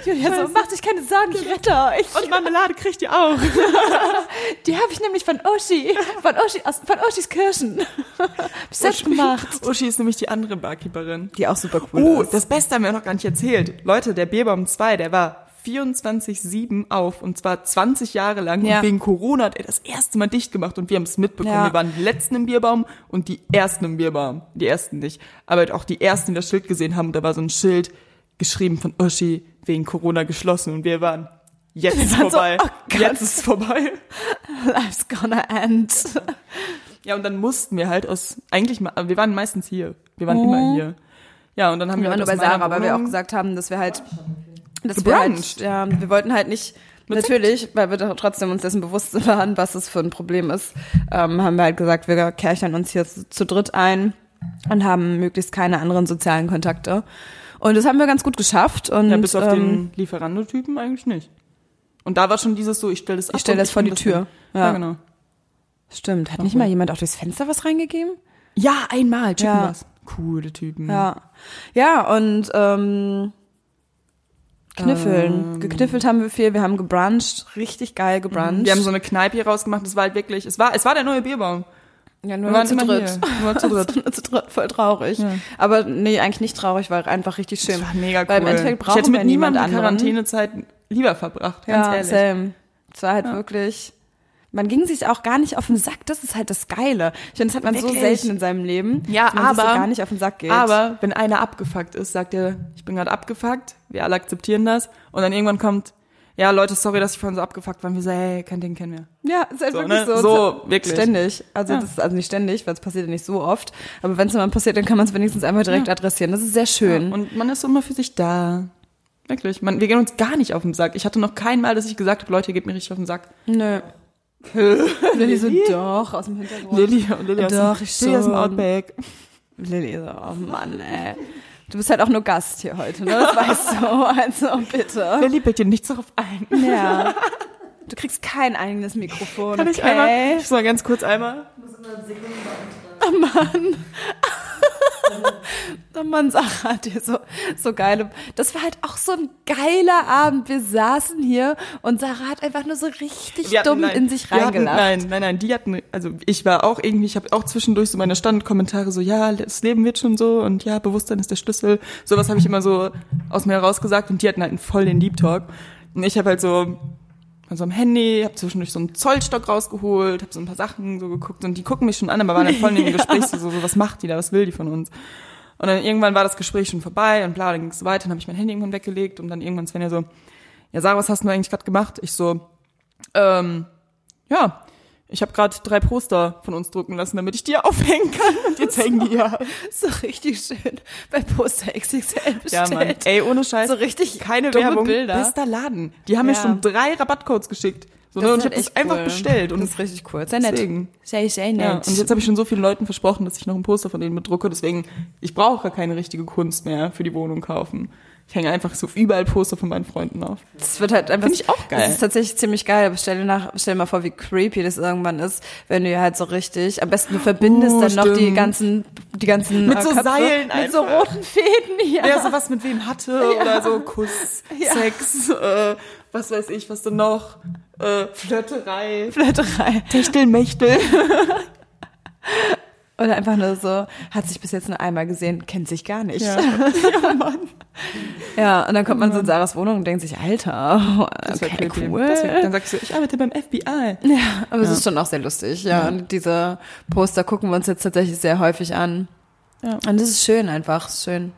Julia, so, mach dich keine Sorgen, ich rette euch. Und Marmelade kriegt ihr auch. Die habe ich nämlich von Oshi, von Oshi, aus, von Oshis Kirschen. Selbst gemacht. Uschi Oh, ist nämlich die andere Barkeeperin. Die auch super cool Oh, ist. das Beste haben wir noch gar nicht erzählt. Leute, der Bierbaum 2, der war 24-7 auf und zwar 20 Jahre lang. Ja. Und wegen Corona hat er das erste Mal dicht gemacht und wir haben es mitbekommen. Ja. Wir waren die Letzten im Bierbaum und die Ersten im Bierbaum. Die Ersten nicht. Aber halt auch die Ersten, die das Schild gesehen haben. Und da war so ein Schild geschrieben von Uschi, wegen Corona geschlossen. Und wir waren, jetzt ist waren so, vorbei. oh Gott. jetzt ist vorbei. Life's gonna end. Ja, und dann mussten wir halt aus, eigentlich, ma- wir waren meistens hier. Wir waren immer hier. Ja, und dann haben wir, Mhm. Wir waren halt nur bei aus meiner Sarah, weil wir auch Wohnung- gesagt haben, dass wir halt, dass wir halt, Gebruncht. ja, wir wollten halt nicht, natürlich, weil wir doch trotzdem uns dessen bewusst waren, was es für ein Problem ist, ähm, haben wir halt gesagt, wir kerchern uns hier zu, zu dritt ein und haben möglichst keine anderen sozialen Kontakte. Und das haben wir ganz gut geschafft und Ja, bis auf ähm, den Lieferando-Typen eigentlich nicht. Und da war schon dieses so, ich stelle das ab ich stelle und das vor die bring hin. Tür. Ja. Ja, genau. stimmt. Hat nicht mal jemand auch durchs Fenster was reingegeben? Ja, einmal, Typen Ja. was. Coole Typen. Ja. Ja, und ähm, kniffeln. Ähm. Gekniffelt haben wir viel, wir haben gebruncht, richtig geil gebruncht. Wir haben so eine Kneipe hier rausgemacht, das war halt wirklich, es war, es war der neue Bierbaum. ja, Wir nur waren zu immer dritt. hier, nur zu dritt. Nur zu dritt, voll traurig. Aber nee, eigentlich nicht traurig, war einfach richtig schön. Das war mega cool. Weil im Endeffekt ich brauchen hätte mit wir niemand niemandem die anderen. Quarantänezeit lieber verbracht, ganz ja, ehrlich. same. Es war halt wirklich. Man ging sich auch gar nicht auf den Sack, das ist halt das Geile. Ich finde, das hat man so Wirklich? selten in seinem Leben, Ja, dass man sich so aber- gar nicht auf den Sack geht. Aber wenn einer abgefuckt ist, sagt er, ich bin gerade abgefuckt, wir alle akzeptieren das. Und dann irgendwann kommt, ja Leute, sorry, dass ich vorhin so abgefuckt war. Und wir so, hey, kein Ding, kennen wir. Ja, ist halt So, wirklich ne? so. So, wirklich. Ständig. Also Ja. das ist also nicht ständig, weil es passiert ja nicht so oft. Aber wenn es mal passiert, dann kann man es wenigstens einmal direkt adressieren. Das ist sehr schön. Und man ist immer für sich da. Wirklich, man, wir gehen uns gar nicht auf den Sack. Ich hatte noch kein Mal, dass ich gesagt habe, Leute, ihr gebt mir richtig auf den Sack. Nö. Lilly so, doch, aus dem Hintergrund. Lilly, Lilly, aus dem- Doch, ich Lilly aus dem schon. Outback. Lilly so, oh Mann, ey. Du bist halt auch nur Gast hier heute, ne? Das weißt du. Also bitte. Lilly, bitte nichts darauf ein. Ja. Du kriegst kein eigenes Mikrofon, Kann okay? ich einmal, ich soll ganz kurz einmal. Und man sagt halt hier so, so geile, das war halt auch so ein geiler Abend. Wir saßen hier und Sarah hat einfach nur so richtig Wir hatten- dumm nein, in sich wir hatten- reingelacht. Nein, nein, nein, die hatten, also ich war auch irgendwie, ich habe auch zwischendurch so meine Standkommentare so, ja, das Leben wird schon so und ja, Bewusstsein ist der Schlüssel. Sowas habe ich immer so aus mir herausgesagt und die hatten halt einen voll den Deep Talk. Und ich habe halt so an so einem Handy, habe zwischendurch so einen Zollstock rausgeholt, habe so ein paar Sachen so geguckt und die gucken mich schon an, aber waren halt voll in dem Gespräch so, so, was macht die da, was will die von uns? Und dann irgendwann war das Gespräch schon vorbei und bla, dann ging es weiter, dann habe ich mein Handy irgendwann weggelegt und dann irgendwann Svenja so, ja Sarah, was hast du eigentlich gerade gemacht? Ich so, Ähm, ja, ich habe gerade drei Poster von uns drucken lassen, damit ich die aufhängen kann. Und jetzt hängen die ja. Ist doch richtig schön bei Poster XXL bestellt. Ja, Mann. Ey, ohne Scheiß. So richtig keine dumme Werbung. Bilder. Bester Laden. Die haben mir Ja. schon drei Rabattcodes geschickt. So, ne? Und ich ist halt habe das echt einfach cool. bestellt. Und das ist richtig cool. Sehr nett. Deswegen. Sehr, sehr nett. Ja, und jetzt habe ich schon so vielen Leuten versprochen, dass ich noch ein Poster von denen mitdrucke. Deswegen, ich brauche gar keine richtige Kunst mehr für die Wohnung kaufen. Ich hänge einfach so überall Poster von meinen Freunden auf. Es wird halt einfach. Find ich auch geil. Es ist tatsächlich ziemlich geil. Aber stell dir, nach, stell dir mal vor, wie creepy das irgendwann ist, wenn du halt so richtig, am besten du verbindest Oh, dann noch die stimmt. ganzen, die ganzen Mit äh, so Köpfe, Seilen mit so einfach. roten Fäden hier. Wer sowas mit wem hatte oder so Kuss, Ja. Sex, äh, was weiß ich, was denn noch? Äh, Flirterei. Blätterei. Techtelmechtel. Oder einfach nur so, hat sich bis jetzt nur einmal gesehen, kennt sich gar nicht. Ja. Ja, und dann kommt man so in Sarahs Wohnung und denkt sich, Alter, wär okay, creepy. cool. Das wär- dann sagst du, ich arbeite beim FBI. ja, aber es ist schon auch sehr lustig, ja. Und diese Poster gucken wir uns jetzt tatsächlich sehr häufig an. Ja. Und das ist schön einfach, ist schön.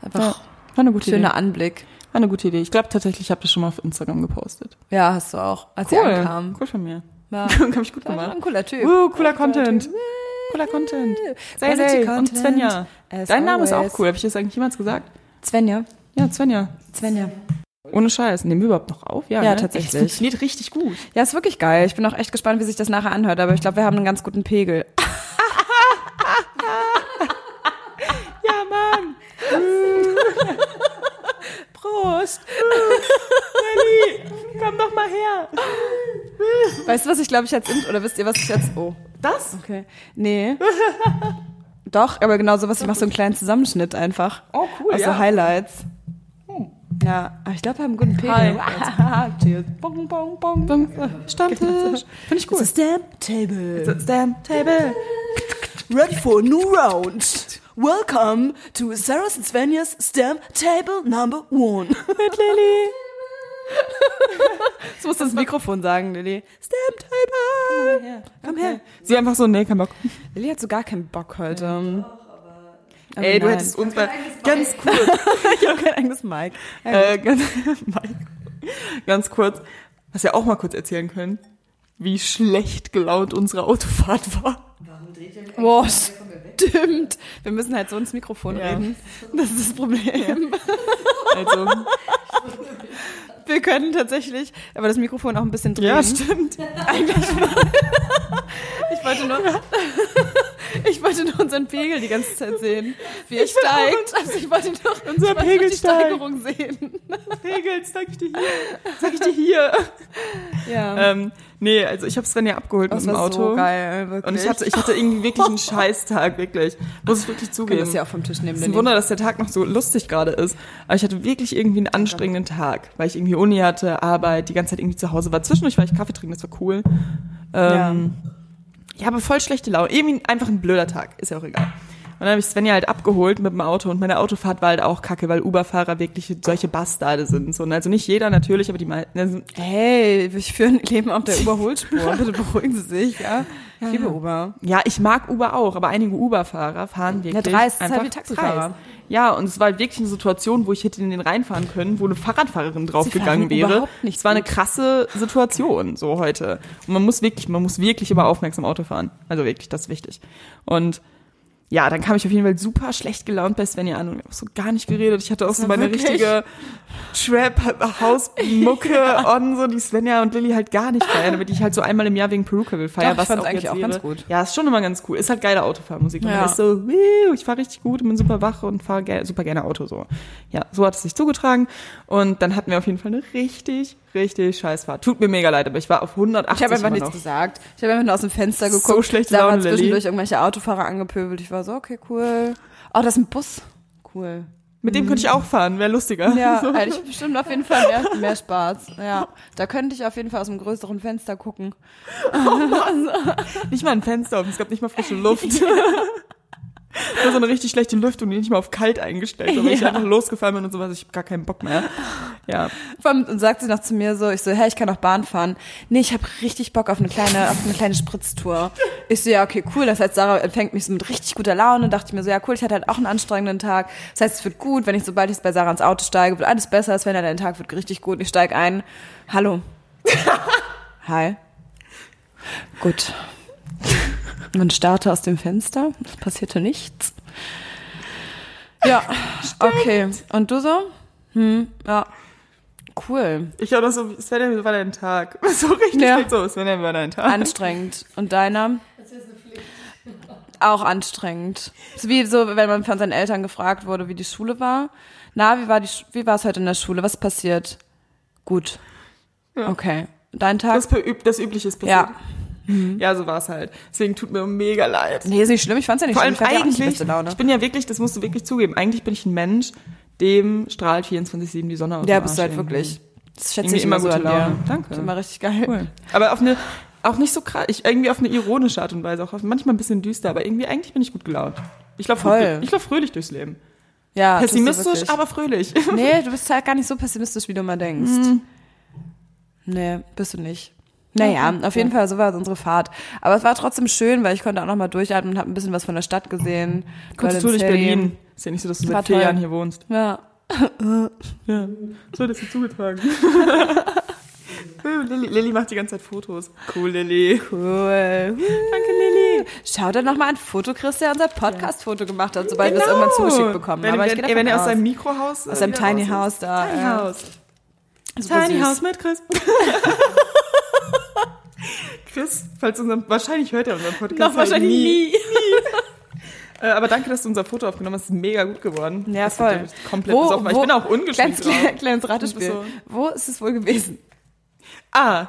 Ja, Einfach war eine gute schöner Idee. Anblick. War eine gute Idee. Ich glaube tatsächlich, ich habe das schon mal auf Instagram gepostet. Ja, hast du auch, als sie ankam. Cool von mir. Ja. Hab ich gut War gemacht. ein cooler Typ. Uh, cooler Content. Cooler Content. Sei, Quality sei. Und Content, Svenja. as Dein Name ist always. auch cool. Habe ich das eigentlich jemals gesagt? Svenja. Ja, Svenja. Svenja. Ohne Scheiß. Nehmen wir überhaupt noch auf? Ja, Ja, ne? tatsächlich. Das funktioniert richtig gut. Ja, ist wirklich geil. Ich bin auch echt gespannt, wie sich das nachher anhört, aber ich glaube, wir haben einen ganz guten Pegel. Ja, Mann. Prost! Komm doch mal her. Weißt du, was ich glaube ich jetzt int- oder wisst ihr, was ich jetzt. Oh. Das? Okay. Nee. Doch, aber genau sowas. Ich mache so einen kleinen Zusammenschnitt einfach. Oh, cool, Also ja. Highlights. Ja, aber ich glaube, wir haben einen guten Pegel. Cheers. Bong, bong, bong. äh, Stammtisch. Finde ich It's a cool. stamp table. Damn Table. Ready for a new round. Welcome to Sarah's and Svenja's stamp table number one. Mit Lilly. Jetzt muss das Mikrofon sagen, Lilly. Stamp Timer. Komm her. Sie einfach so, nee, kein Bock. Lilly hat so gar keinen Bock heute. Oh Ey, du nein. hättest uns mal ganz kurz, Ich habe kein eigenes Mic. äh, ganz, Mike, ganz kurz, was wir auch mal kurz erzählen können, wie schlecht gelaunt unsere Autofahrt war. Warum dreht ihr mich Boah, stimmt. Wir müssen halt so ins Mikrofon Ja. reden. Das ist das Problem. Also, Wir können tatsächlich, aber das Mikrofon auch ein bisschen drehen. ja, stimmt. Ich wollte nur, ich wollte nur unseren Pegel die ganze Zeit sehen, wie er steigt. Also ich wollte nur, Unser ich wollte nur Pegel die steigt. Steigerung sehen. Regel, zeig ich dir hier. Zeig ich dir hier. Ja. Ähm, nee, also ich habe Svenja abgeholt das mit dem war Auto. so geil, wirklich. Und ich hatte, ich hatte irgendwie wirklich einen Scheißtag, wirklich. Muss ich wirklich kann zugeben. das ja auch vom Tisch nehmen. Es ist ein Lilly. Wunder, dass der Tag noch so lustig gerade ist. Aber ich hatte wirklich irgendwie einen anstrengenden Tag, weil ich irgendwie Uni hatte, Arbeit, die ganze Zeit irgendwie zu Hause war. Zwischendurch war ich Kaffee trinken, das war cool. Ähm, ja. aber voll schlechte Laune. Irgendwie einfach ein blöder Tag, ist ja auch egal. Und dann habe ich Svenja halt abgeholt mit dem Auto und meine Autofahrt war halt auch kacke, weil Uberfahrer wirklich solche Bastarde sind. So, und also nicht jeder natürlich, aber die meisten. Also, Hey, wir führen ein Leben auf der Überholspur. Bitte beruhigen Sie sich, ja? Ich liebe Uber. ja, ich mag Uber auch, aber einige Uberfahrer fahren wirklich. dreist ist halt einfach wie Taxifahrer. dreist. Ja, und es war halt wirklich eine Situation, wo ich hätte in den reinfahren können, wo eine Fahrradfahrerin draufgegangen fahren wäre. überhaupt nicht es war eine gut. krasse Situation so heute. Und man muss wirklich, man muss wirklich immer aufmerksam Auto fahren. Also wirklich, das ist wichtig. Und ja, dann kam ich auf jeden Fall super schlecht gelaunt bei Svenja an und wir haben so gar nicht geredet. Ich hatte auch so meine wirklich- richtige Trap-Haus-Mucke on, so die Svenja und Lilly halt gar nicht feiern, aber die ich halt so einmal im Jahr wegen Perukaville feier, Doch, ich was fand's auch eigentlich jetzt auch wäre. ganz gut. Ja, ist schon immer ganz cool. Ist halt geile Autofahrmusik. Und Ja. Man ist so, "Wiu, ich fahre richtig gut und bin super wach und fahre ge super gerne Auto so. Ja, so hat es sich zugetragen. Und dann hatten wir auf jeden Fall eine richtig, richtig scheiß Fahrt. Tut mir mega leid, aber ich war auf 180 Ich habe einfach immer nichts noch. gesagt. Ich habe einfach nur aus dem Fenster So geguckt. schlecht Sarah Laune, hat zwischendurch Lilly. irgendwelche Autofahrer angepöbelt. Ich war so, okay, cool. Oh, das ist ein Bus. Cool. Mit dem könnte ich auch fahren, wäre lustiger. Ja, so. hätte ich bestimmt auf jeden Fall mehr, mehr Spaß. Ja, da könnte ich auf jeden Fall aus einem größeren Fenster gucken. Nicht mal ein Fenster offen, es gab nicht mal frische Luft. Nur so eine richtig schlechte Lüftung, die nicht mal auf kalt eingestellt. Aber ich Ja. einfach losgefahren bin und sowas, ich habe gar keinen Bock mehr. Ja. Vor allem, und sagt sie noch zu mir so, ich so, hey, ich kann auch Bahn fahren. Nee, ich habe richtig Bock auf eine kleine, auf eine kleine Spritztour. Ich so, ja, okay, cool. Das heißt, Sarah empfängt mich so mit richtig guter Laune. Dachte ich mir so, ja, cool, ich hatte halt auch einen anstrengenden Tag. Das heißt, es wird gut, wenn ich, sobald ich bei Sarah ins Auto steige, wird alles besser. Sven, dein Tag wird richtig gut. Ich steig ein. Hallo. Hi. Gut. Man starrte aus dem Fenster. Es passierte nichts. Ja, okay. Und du so? Hm, ja. Cool. Ich habe das so, Svenja, wie war dein Tag? So richtig Ja. so, Svenja, wie war dein Tag? Anstrengend. Und deiner? Das ist eine Pflicht. Auch anstrengend. Ist wie so, wenn man von seinen Eltern gefragt wurde, wie die Schule war. Na, wie war die, Sch- wie war es heute in der Schule? Was ist passiert? Gut. Okay. Dein Tag? das, Üb- das Übliche ist passiert. ja. Ja, so war es halt. Deswegen tut mir mega leid. Nee, ist nicht schlimm. Ich fand's ja nicht Vor allem schlimm. Ich hatte ja auch nicht die eigentlich, beste Laune. ich bin ja wirklich, das musst du wirklich zugeben, eigentlich bin ich ein Mensch, dem strahlt 24-7 die Sonne aus Ja, dem bist du Arsch halt irgendwie. wirklich. Das schätze Irgendwie ich immer, immer so gute an dir. Laune. Danke. Das ist immer richtig geil. Cool. Aber auf eine, auch nicht so krass, ich, irgendwie auf eine ironische Art und Weise, auch auf, manchmal ein bisschen düster, aber irgendwie eigentlich bin ich gut gelaunt. Ich laufe Voll. fröhlich- ich lauf fröhlich durchs Leben. Ja, tust du Pessimistisch, wirklich. aber fröhlich. Nee, du bist halt gar nicht so pessimistisch, wie du mal denkst. Hm. Nee, bist du nicht. Naja, auf jeden Fall, so war unsere Fahrt. Aber es war trotzdem schön, weil ich konnte auch nochmal durchatmen und habe ein bisschen was von der Stadt gesehen. Kurz Berlin du durch City. Berlin. Ist ja nicht so, dass du War seit vier toll. Jahren hier wohnst. Ja. Ja. So, das ist zugetragen. Lilly, Lilly macht die ganze Zeit Fotos. Cool, Lilly. Cool. Danke, Lilly. Schaut dann nochmal ein Foto, Chris, der unser Podcast-Foto gemacht hat, sobald wir es irgendwann zugeschickt bekommen Genau. haben. wenn, Aber ich wenn, gehe ey, wenn er aus davon seinem Mikrohaus. äh, aus seinem Tiny House da. äh, Tiny ja. House. Super Tiny süß. House mit Chris. Chris, falls unseren, wahrscheinlich hört er unseren Podcast. Noch wahrscheinlich halt nie. Äh, aber danke, dass du unser Foto aufgenommen hast. Ist mega gut geworden. Ja, Das voll. hat mich Komplett besoffen, weil ich bin auch ungeschminkt. Ganz drauf. klein, kleines Ratespiel. So. Wo ist es wohl gewesen? A.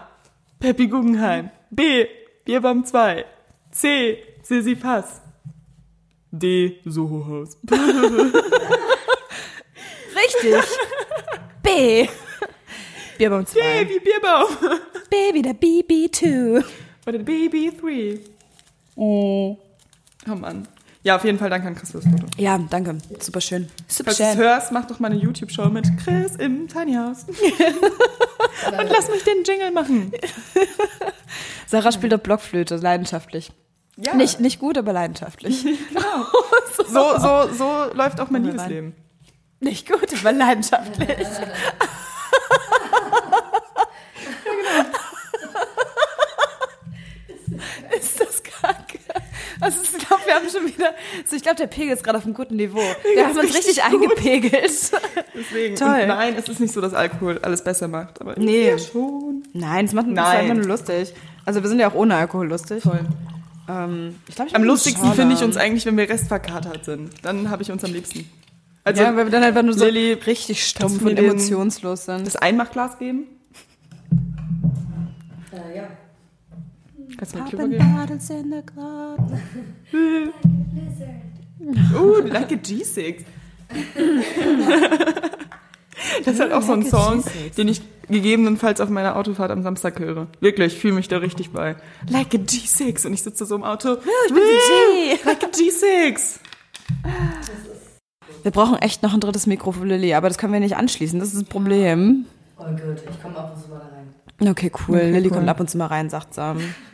Peppi Guggenheim. B. Bierbaum 2. C. Sissy Pass. D. Soho House. Richtig. B. Bierbaum 2. Baby Bierbaum. Baby, der BB2. Oder Baby 3. Oh. Oh Mann. Ja, auf jeden Fall danke an Chris fürs Foto. Ja, danke. Super schön. Super Falls du es hörst, mach doch mal eine YouTube-Show mit Chris im Tiny House. Und lass mich den Jingle machen. Sarah spielt auf Blockflöte, leidenschaftlich. Ja. Nicht, nicht gut, aber leidenschaftlich. So, so, so läuft auch Oh. mein Komm mal rein. Liebesleben. nicht gut, aber leidenschaftlich. genau. Ist das kacke? Also ich glaube, wir haben schon wieder. So, ich glaube, der Pegel ist gerade auf einem guten Niveau. Wir haben uns richtig eingepegelt. Deswegen. Toll. Und nein, es ist nicht so, dass Alkohol alles besser macht. Aber Nee. ja schon. Nein, es macht es ist Nein. einfach nur lustig. Also wir sind ja auch ohne Alkohol lustig. Toll. Ähm, ich glaub, ich Am bin lustigsten Schale. finde ich uns eigentlich, wenn wir restverkatert sind. Dann habe ich uns am liebsten. Also ja, weil wir dann einfach nur so Lilly, richtig dass stumpf wir und den- emotionslos sind. das Einmachglas geben. Äh, ja. Kannst du mir Klipper geben? Uh, like a G6. Das ist halt auch so ein Song, den ich gegebenenfalls auf meiner Autofahrt am Samstag höre. Wirklich, ich fühle mich da richtig bei. Like a G6. Und ich sitze so im Auto. Ich bin G. Like a G6. Wir brauchen echt noch ein drittes Mikro für Lilly, aber das können wir nicht anschließen. Das ist das Problem. Oh gut, ich komme ab und zu mal da rein. Okay, cool. Lilly cool. kommt ab und zu mal rein, sagt sie.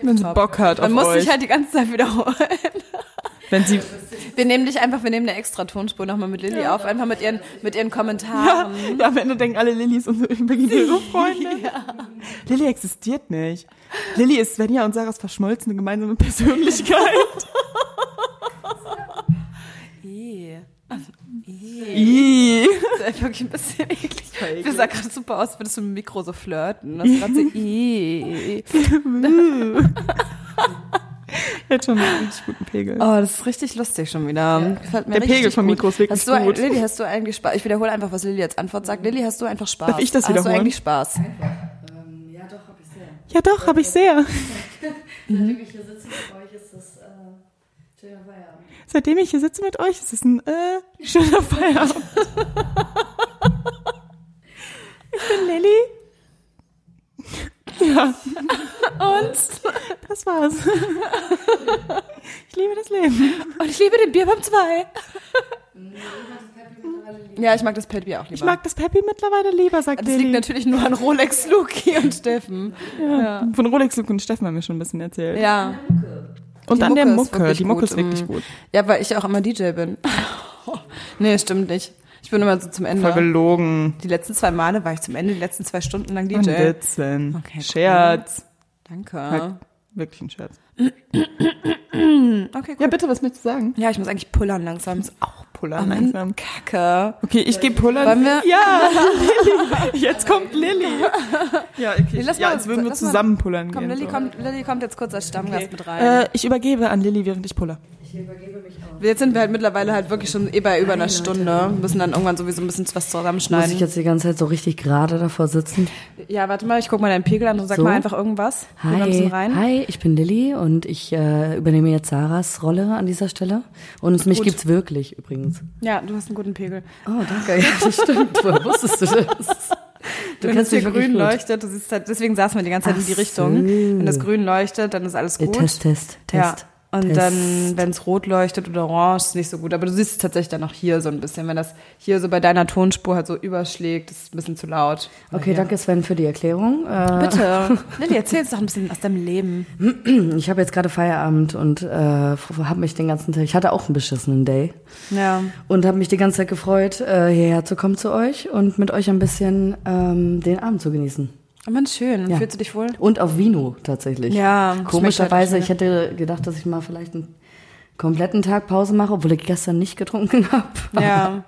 Wenn sie Bock hat auf Man muss euch. sich halt die ganze Zeit wiederholen. Wenn sie Wir nehmen dich einfach, wir nehmen eine extra Tonspur nochmal mit Lilly auf, einfach mit ihren, mit ihren Kommentaren. Ja, am Ende denken alle Lilly ist unsere imaginäre Freundin. Lilly existiert nicht. Lilly ist Svenja und Sarahs verschmolzene gemeinsame Persönlichkeit. Yeah. Ih. Das ist halt wirklich ein bisschen eklig. war eklig. Wir sah gerade super aus, würdest du mit dem Mikro so flirten. Das ganze I. Jetzt schon einen richtig guten Pegel. Oh, das ist richtig lustig schon wieder. Gefällt mir Der richtig Pegel vom gut. Mikro ist wirklich hast du ein, gut. Mhm. Lilly, hast du eigentlich Spaß? Ich wiederhole einfach, was Lilly als Antwort sagt. Lilly, hast du einfach Spaß? Darf ich das Hast du wiederholen? eigentlich Spaß? Ähm, ja, doch, hab ich sehr. Ja doch, habe ich sehr. Seitdem ich hier sitze mit euch, ist das äh, schöner Feierabend. Seitdem ich hier sitze mit euch, ist es ein äh, schöner Feierabend. ich bin Lilly. Ja. Und? Das war's. ich liebe das Leben. Und ich liebe den Bier beim Zwei. Ja, ich mag das Petbier auch lieber. Ich mag das Peppy mittlerweile lieber, sagt das liegt Lilly. natürlich nur an Rolex, Luki und Steffen. Ja. Von Rolex Luke und Steffen haben wir schon ein bisschen erzählt. Ja. und Die an der Mucke ist Mucke. wirklich Die Mucke gut, ist wirklich mm. gut. Ja, weil ich auch immer DJ bin. nee, stimmt nicht. Ich bin immer so zum Ende. Voll gelogen. Die letzten zwei Male war ich zum Ende, die letzten zwei Stunden lang Und DJ. Witzen. Okay, Ah. cool. Scherz. Halt. Danke. Wirklich ein Scherz. Okay, gut. Ja, bitte, was möchtest du sagen? Ja, ich muss eigentlich pullern langsam. Auch Puller Mann. langsam. Kacke. Okay, ich gehe Puller. Wollen wir- Ja, Lilly. Jetzt kommt Lilly. Ja, okay. lass ja, mal- jetzt würden wir lass mal- zusammen pullern Komm, gehen. Lilly so. kommt, Lilly kommt jetzt kurz als Stammgast mit rein. Äh, ich übergebe an Lilly, während ich puller. Ich übergebe mich auch. Jetzt sind wir halt mittlerweile halt wirklich schon eh bei über einer Stunde. Müssen dann irgendwann sowieso ein bisschen was Muss ich zusammenschneiden. jetzt die ganze Zeit so richtig gerade davor sitzen? Ja, warte mal, ich guck mal deinen Pegel an und sag So? mal einfach irgendwas. Geh mal ein Hi, bisschen rein. hi, ich bin Lilly und ich äh, übernehme jetzt Sarahs Rolle an dieser Stelle. Und mich gibt's wirklich übrigens. Ja, du hast einen guten Pegel. Oh, danke. Ja, das stimmt. Woher wusstest du das? Du Wenn es kennst hier mich grün wirklich gut. leuchtet, du siehst halt, deswegen saßen wir die ganze Zeit in die Ach Richtung. so. Wenn das grün leuchtet, dann ist alles Äh, gut. Test, Test, Test. Ja. Und Test. dann, wenn es rot leuchtet oder orange, ist nicht so gut. Aber du siehst es tatsächlich dann auch hier so ein bisschen. Wenn das hier so bei deiner Tonspur halt so überschlägt, ist es ein bisschen zu laut. Okay, danke Sven für die Erklärung. Äh, Bitte, Lilly, erzähl uns doch ein bisschen aus deinem Leben. ich habe jetzt gerade Feierabend und äh, habe mich den ganzen Tag, ich hatte auch einen beschissenen Day Ja. und habe mich die ganze Zeit gefreut, äh, hierher zu kommen zu euch und mit euch ein bisschen ähm, den Abend zu genießen. Oh Mann, schön. Ja. Fühlst du dich wohl? Und auf Vino tatsächlich. Ja, Komischerweise, ich schmeckt halt hätte gedacht, dass ich mal vielleicht einen kompletten Tag Pause mache, obwohl ich gestern nicht getrunken habe. Ja.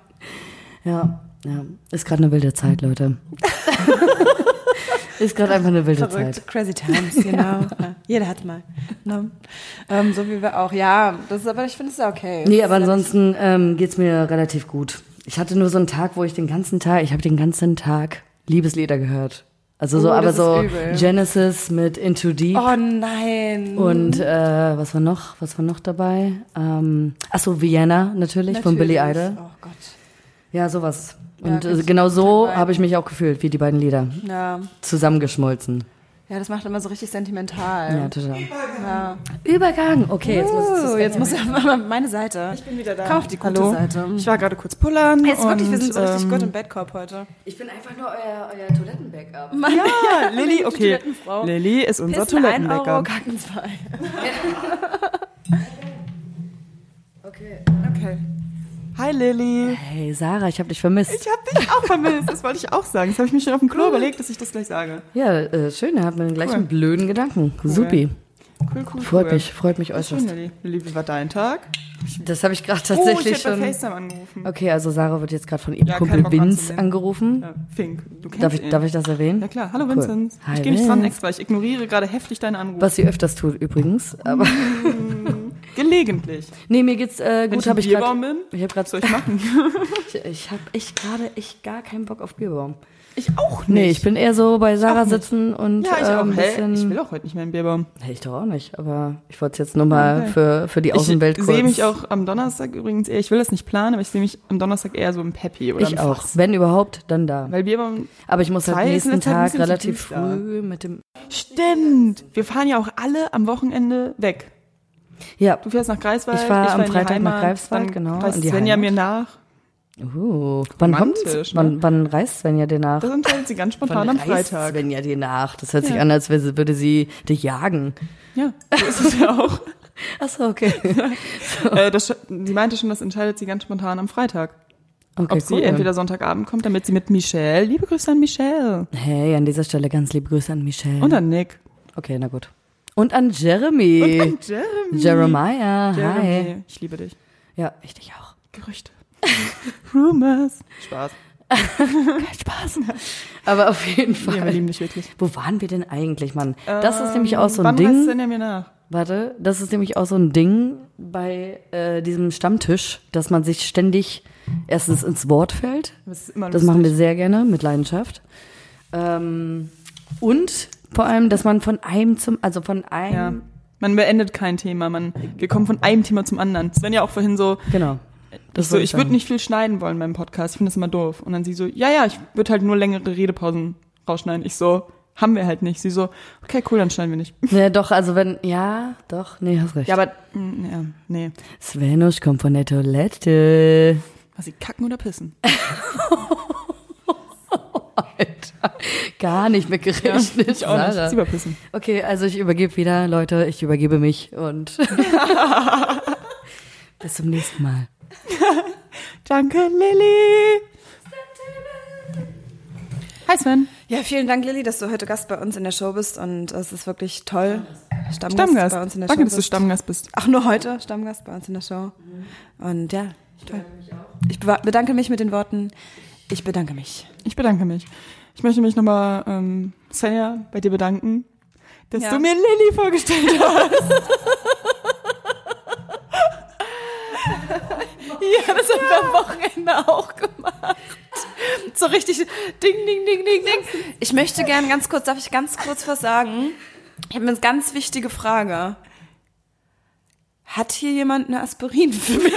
Ja, ja. Ist gerade eine wilde Zeit, Leute. Ist gerade einfach eine wilde Zeit. Verrückt. Crazy Times, genau. ja. Jeder hat mal. Ne? Ähm, so wie wir auch. Ja, das ist, aber ich finde es okay. Nee, aber ansonsten ähm, geht's mir relativ gut. Ich hatte nur so einen Tag, wo ich den ganzen Tag, ich habe den ganzen Tag Liebeslieder gehört. Also so, Oh, aber das ist so übel. Genesis mit Into Deep. Oh mm. nein. Und äh, was war noch? Was war noch dabei? Ähm, ach so, Vienna natürlich, von Billy Natürlich. Idol. Oh Gott. Ja, sowas. Und kann äh, ich genau so dabei. habe ich mich auch gefühlt, wie die beiden Lieder. Ja. Zusammengeschmolzen. ja, das macht immer so richtig sentimental. Ja, total. Übergang. Okay, jetzt muss ich zu Oh, Sven. jetzt muss ich mal meine Seite. Ich bin wieder da. Komm auf die gute Hallo. Seite. Ich war gerade kurz pullern. Jetzt wirklich, wir und, sind so richtig ähm, gut im Badcorp heute. Ich bin einfach nur euer, euer Toilettenbackup. Ja, Ah, Lilly, okay. Toilettenfrau. Lilly ist unser Pissen ein Euro, Toilettenbäcker. kacken zwei. Okay. Okay. Hi Lilly. Hey, Sarah, ich habe dich vermisst. Ich hab dich auch vermisst. Das wollte ich auch sagen. Das habe ich mir schon auf dem Klo überlegt, dass ich das gleich sage. ja, äh, schön, ihr habt mir den gleichen blöden Gedanken. Supi. Cool, cool, Freut cool. mich, freut mich Schön, äußerst. Lilly. Lilly, wie war dein Tag? Das habe ich gerade oh, ich tatsächlich hätte bei schon. FaceTime angerufen. Okay, also Sarah wird jetzt gerade von ihrem Ja, kein Kumpel Bock Vince ranzunehmen. angerufen. Ja, Fink, du kennst Darf ich, ihn. darf ich das erwähnen? Ja klar, hallo Cool. Vinzenz. Hi, ich gehe nicht dran Vince. extra, ich ignoriere gerade heftig deinen Anruf. Was sie öfters tut übrigens. Mhm. Aber Gelegentlich. nee, mir geht's äh, Wenn gut. ich im Habe ich gerade. Bierbaum bin, Ich habe was gerade. soll ich machen? Ich, ich habe echt gerade echt gar keinen Bock auf Bierbaum. Ich auch nicht. Nee, ich bin eher so bei Sarah sitzen und ja, ich äh, auch. ein Hä? bisschen. Ich will auch heute nicht mehr im Bierbaum. Nee, ich doch auch nicht. Aber ich wollte es jetzt nur mal Okay. für für die Außenwelt ich kurz. sehe mich auch am Donnerstag übrigens eher, ich will das nicht planen, aber ich sehe mich am Donnerstag eher so im Peppy oder Ich im auch. Fass. Wenn überhaupt, dann da. Weil Bierbaum, Aber ich muss halt Zwei ist in nächsten der Zeit ein Tag bisschen zu relativ früh da. früh mit dem. stimmt, wir fahren ja auch alle am Wochenende weg. Ja. Du fährst nach Greifswald, Ich fahr am in die Freitag nach Heimat, Greifswald, dann genau, Reist in die Svenja Heimat. mir nach. Uh, wann kommt? Romantisch, ne? Wann, wann reist Svenja dir nach? Das entscheidet sie ganz spontan am Freitag. Svenja dir nach? Das hört sich an, als wär- würde sie dich jagen. Ja, so ist es ja auch. Ach so, okay. äh, das, sie meinte schon, das entscheidet sie ganz spontan am Freitag. Okay, Ob sie entweder Sonntagabend kommt, damit sie mit Michelle, liebe Grüße an Michelle. Hey, an dieser Stelle ganz liebe Grüße an Michelle. Und an Nick. okay, na gut. Und an Jeremy. Und an Jeremy. Jeremiah, Eh. hi. Jeremy, ich liebe dich. Ja, ich dich auch. Gerüchte. Rumors. Spaß. Kein Spaß. Aber auf jeden Ja, wir Fall. lieben dich wirklich. Wo waren wir denn eigentlich, Mann? Das ist nämlich Ähm, auch so ein wann Ding. Wann denn mir nach? Warte, das ist nämlich auch so ein Ding bei äh, diesem Stammtisch, dass man sich ständig erstens ins Wort fällt. Das ist immer Das machen wir sehr gerne mit Leidenschaft. Ähm, und vor allem, dass man von einem zum, also von einem, Ja. Man beendet kein Thema. Man, wir kommen von einem Thema zum anderen. Sven ja auch vorhin so, genau. Das so wollte ich würde sagen. nicht viel schneiden wollen beim Podcast. Ich finde das immer doof. Und dann sie so, ja, ja, ich würde halt nur längere Redepausen rausschneiden. Ich so, haben wir halt nicht. Sie so, okay, cool, dann schneiden wir nicht. Ja, doch, also wenn, ja, doch, nee, hast recht. Ja, aber, mm, ja, nee. Svenusch kommt von der Toilette. Was sie kacken oder pissen? Alter, gar nicht mitgerechnet. Ich auch nicht. Sarah. Sie war pissen. Okay, also ich übergebe wieder, Leute, ich übergebe mich und bis zum nächsten Mal. Danke, Lilly. Hi, Sven. Ja, vielen Dank, Lilly, dass du heute Gast bei uns in der Show bist und es ist wirklich toll. Stammgast, Stammgast. bei uns in der Danke, Show. dass du bist. Stammgast bist. Ach, nur heute Stammgast bei uns in der Show. Und ja, toll. Ich bewa- bedanke mich mit den Worten. Ich bedanke mich. Ich bedanke mich. Ich möchte mich nochmal, ähm, Svenja, bei dir bedanken, dass Ja. du mir Lilly vorgestellt hast. Ja, das haben wir am Wochenende auch gemacht. So richtig ding, ding, ding, ding, ding. Ich möchte gern ganz kurz, darf ich ganz kurz was sagen? Ich habe eine ganz wichtige Frage. Hat hier jemand eine Aspirin für mich?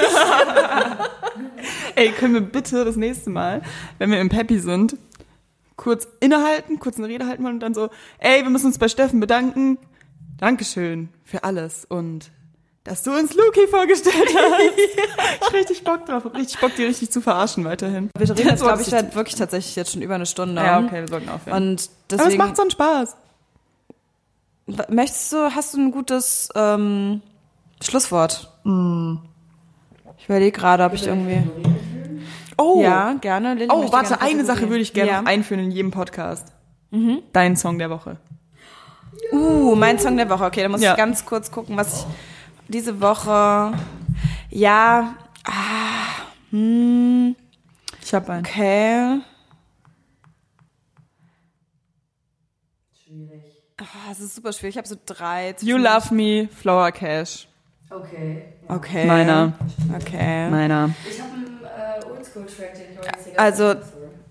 Ey, können wir bitte das nächste Mal, wenn wir im Peppy sind, kurz innehalten, kurz eine Rede halten wollen und dann so, ey, wir müssen uns bei Steffen bedanken. Dankeschön für alles und dass du uns Luki vorgestellt hast. ich hab richtig Bock drauf, hab richtig Bock, die richtig zu verarschen weiterhin. Wir reden jetzt, glaube So ich, absichtlich. halt wirklich tatsächlich jetzt schon über eine Stunde. Ja, okay, wir sollten aufhören. Ähm, Und Aber es deswegen, macht so einen Spaß. möchtest du, hast du ein gutes ähm, Schlusswort? Mm. Ich überlege gerade, ob ich irgendwie... Oh, Ja, gerne. Lilly oh möchte warte, gerne eine Sache Kategorien. würde ich gerne Ja. Mhm. noch einführen in jedem Podcast. Dein Song der Woche. Uh, mein Song der Woche. Okay, da muss Ja. ich ganz kurz gucken, was ich diese Woche. Ja, Ich hab einen. okay. Ah, Es ist super schwierig. Ich habe so drei. You Love Me, Flower Cash. Okay. Okay. Meiner, Okay. meiner. Ich habe einen äh, Oldschool-Track, den ich heute jetzt hier Also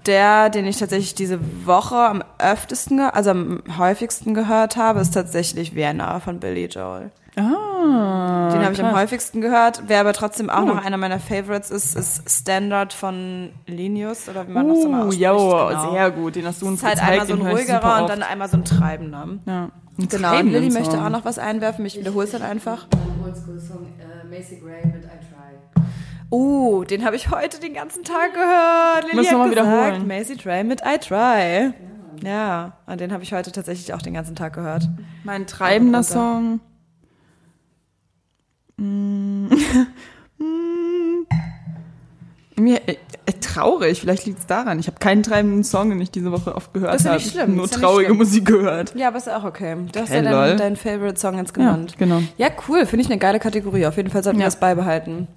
der, den ich tatsächlich diese Woche am öftesten, ge- also am häufigsten gehört habe, ist tatsächlich Vienna von Billy Joel. Ah, Hm. Den habe ich am krass. häufigsten gehört. Wer aber trotzdem auch noch einer meiner Favorites ist, ist Standard von Linus oder wie man das immer Uh, ausspricht. yo, genau. sehr gut. Den hast du uns ist halt gezeigt. einmal so ein den höre ich ruhigerer super und dann oft. einmal so ein treibender. Ja. Ein Genau, und treibenden Lilly möchte Song. auch noch was einwerfen, mich wiederhole es dann einfach. Ein Oldschool-Song, äh, Macy Gray mit I Try. Uh, den habe ich heute den ganzen Tag gehört. Lilly Müssen hat wir mal gesagt, wiederholen. Macy Try mit I Try. Ja, und den habe ich heute tatsächlich auch den ganzen Tag gehört. Mein treibender Runter. Song. Mm. Mir äh, äh, traurig, vielleicht liegt es daran. Ich habe keinen treibenden Song, den ich diese Woche oft gehört Das ist ja habe. nicht schlimm, Nur ist ja nicht traurige schlimm. Musik gehört. Ja, aber ist auch okay. Du hast Okay, ja lol. deinen dein Favorite Song jetzt genannt. Ja, genau. Ja, cool. Finde ich eine geile Kategorie. Auf jeden Fall sollten wir Ja. das beibehalten.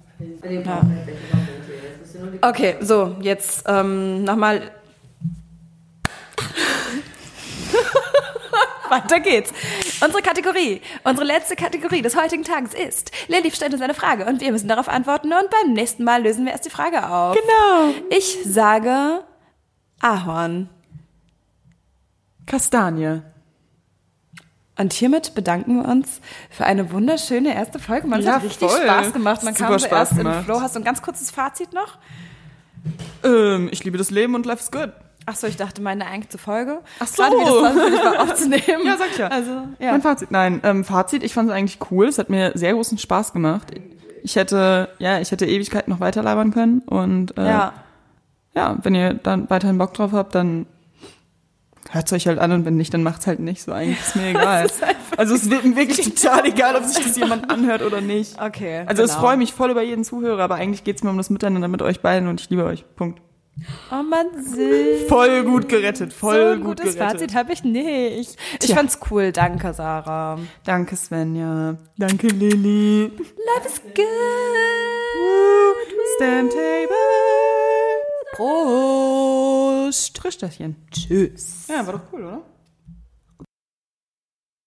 Bei dem Ja. ja. Jetzt musst du nur die Okay, so, jetzt ähm, nochmal. Weiter geht's. Unsere Kategorie, unsere letzte Kategorie des heutigen Tages ist, Lilly stellt uns eine Frage und wir müssen darauf antworten und beim nächsten Mal lösen wir erst die Frage auf. Genau. Ich sage Ahorn. Kastanie. Und hiermit bedanken wir uns für eine wunderschöne erste Folge. Man es Ja, hat richtig voll. Spaß gemacht. Man Super kam so Spaß erst im gemacht. Flow. Hast du ein ganz kurzes Fazit noch? Ähm, ich liebe das Leben und life is good. Achso, ich dachte, meine eigentliche Folge. Ach so. Gerade wie das war, für dich mal aufzunehmen. Ja, sag ich ja. Also, ja. Mein Fazit, nein, ähm, Fazit, ich fand es eigentlich cool. Es hat mir sehr großen Spaß gemacht. Ich hätte, ja, ich hätte Ewigkeiten noch weiter labern können und äh, ja. Ja, wenn ihr dann weiterhin Bock drauf habt, dann hört's euch halt an und wenn nicht, dann macht's halt nicht. So eigentlich ist mir egal. also es wird mir wirklich total egal, ob sich das jemand anhört oder nicht. okay. Also es genau. freut mich voll über jeden Zuhörer, aber eigentlich geht's mir um das Miteinander mit euch beiden und ich liebe euch. Punkt. Oh man, süß. Voll gut gerettet, voll so ein gut gutes gerettet. Fazit habe ich nicht. Ich fand's cool, danke Sarah. Danke Svenja, danke Lilly. Love is good. Stamp Table. Prost. Strichstäschchen. Tschüss. Ja, war doch cool, oder?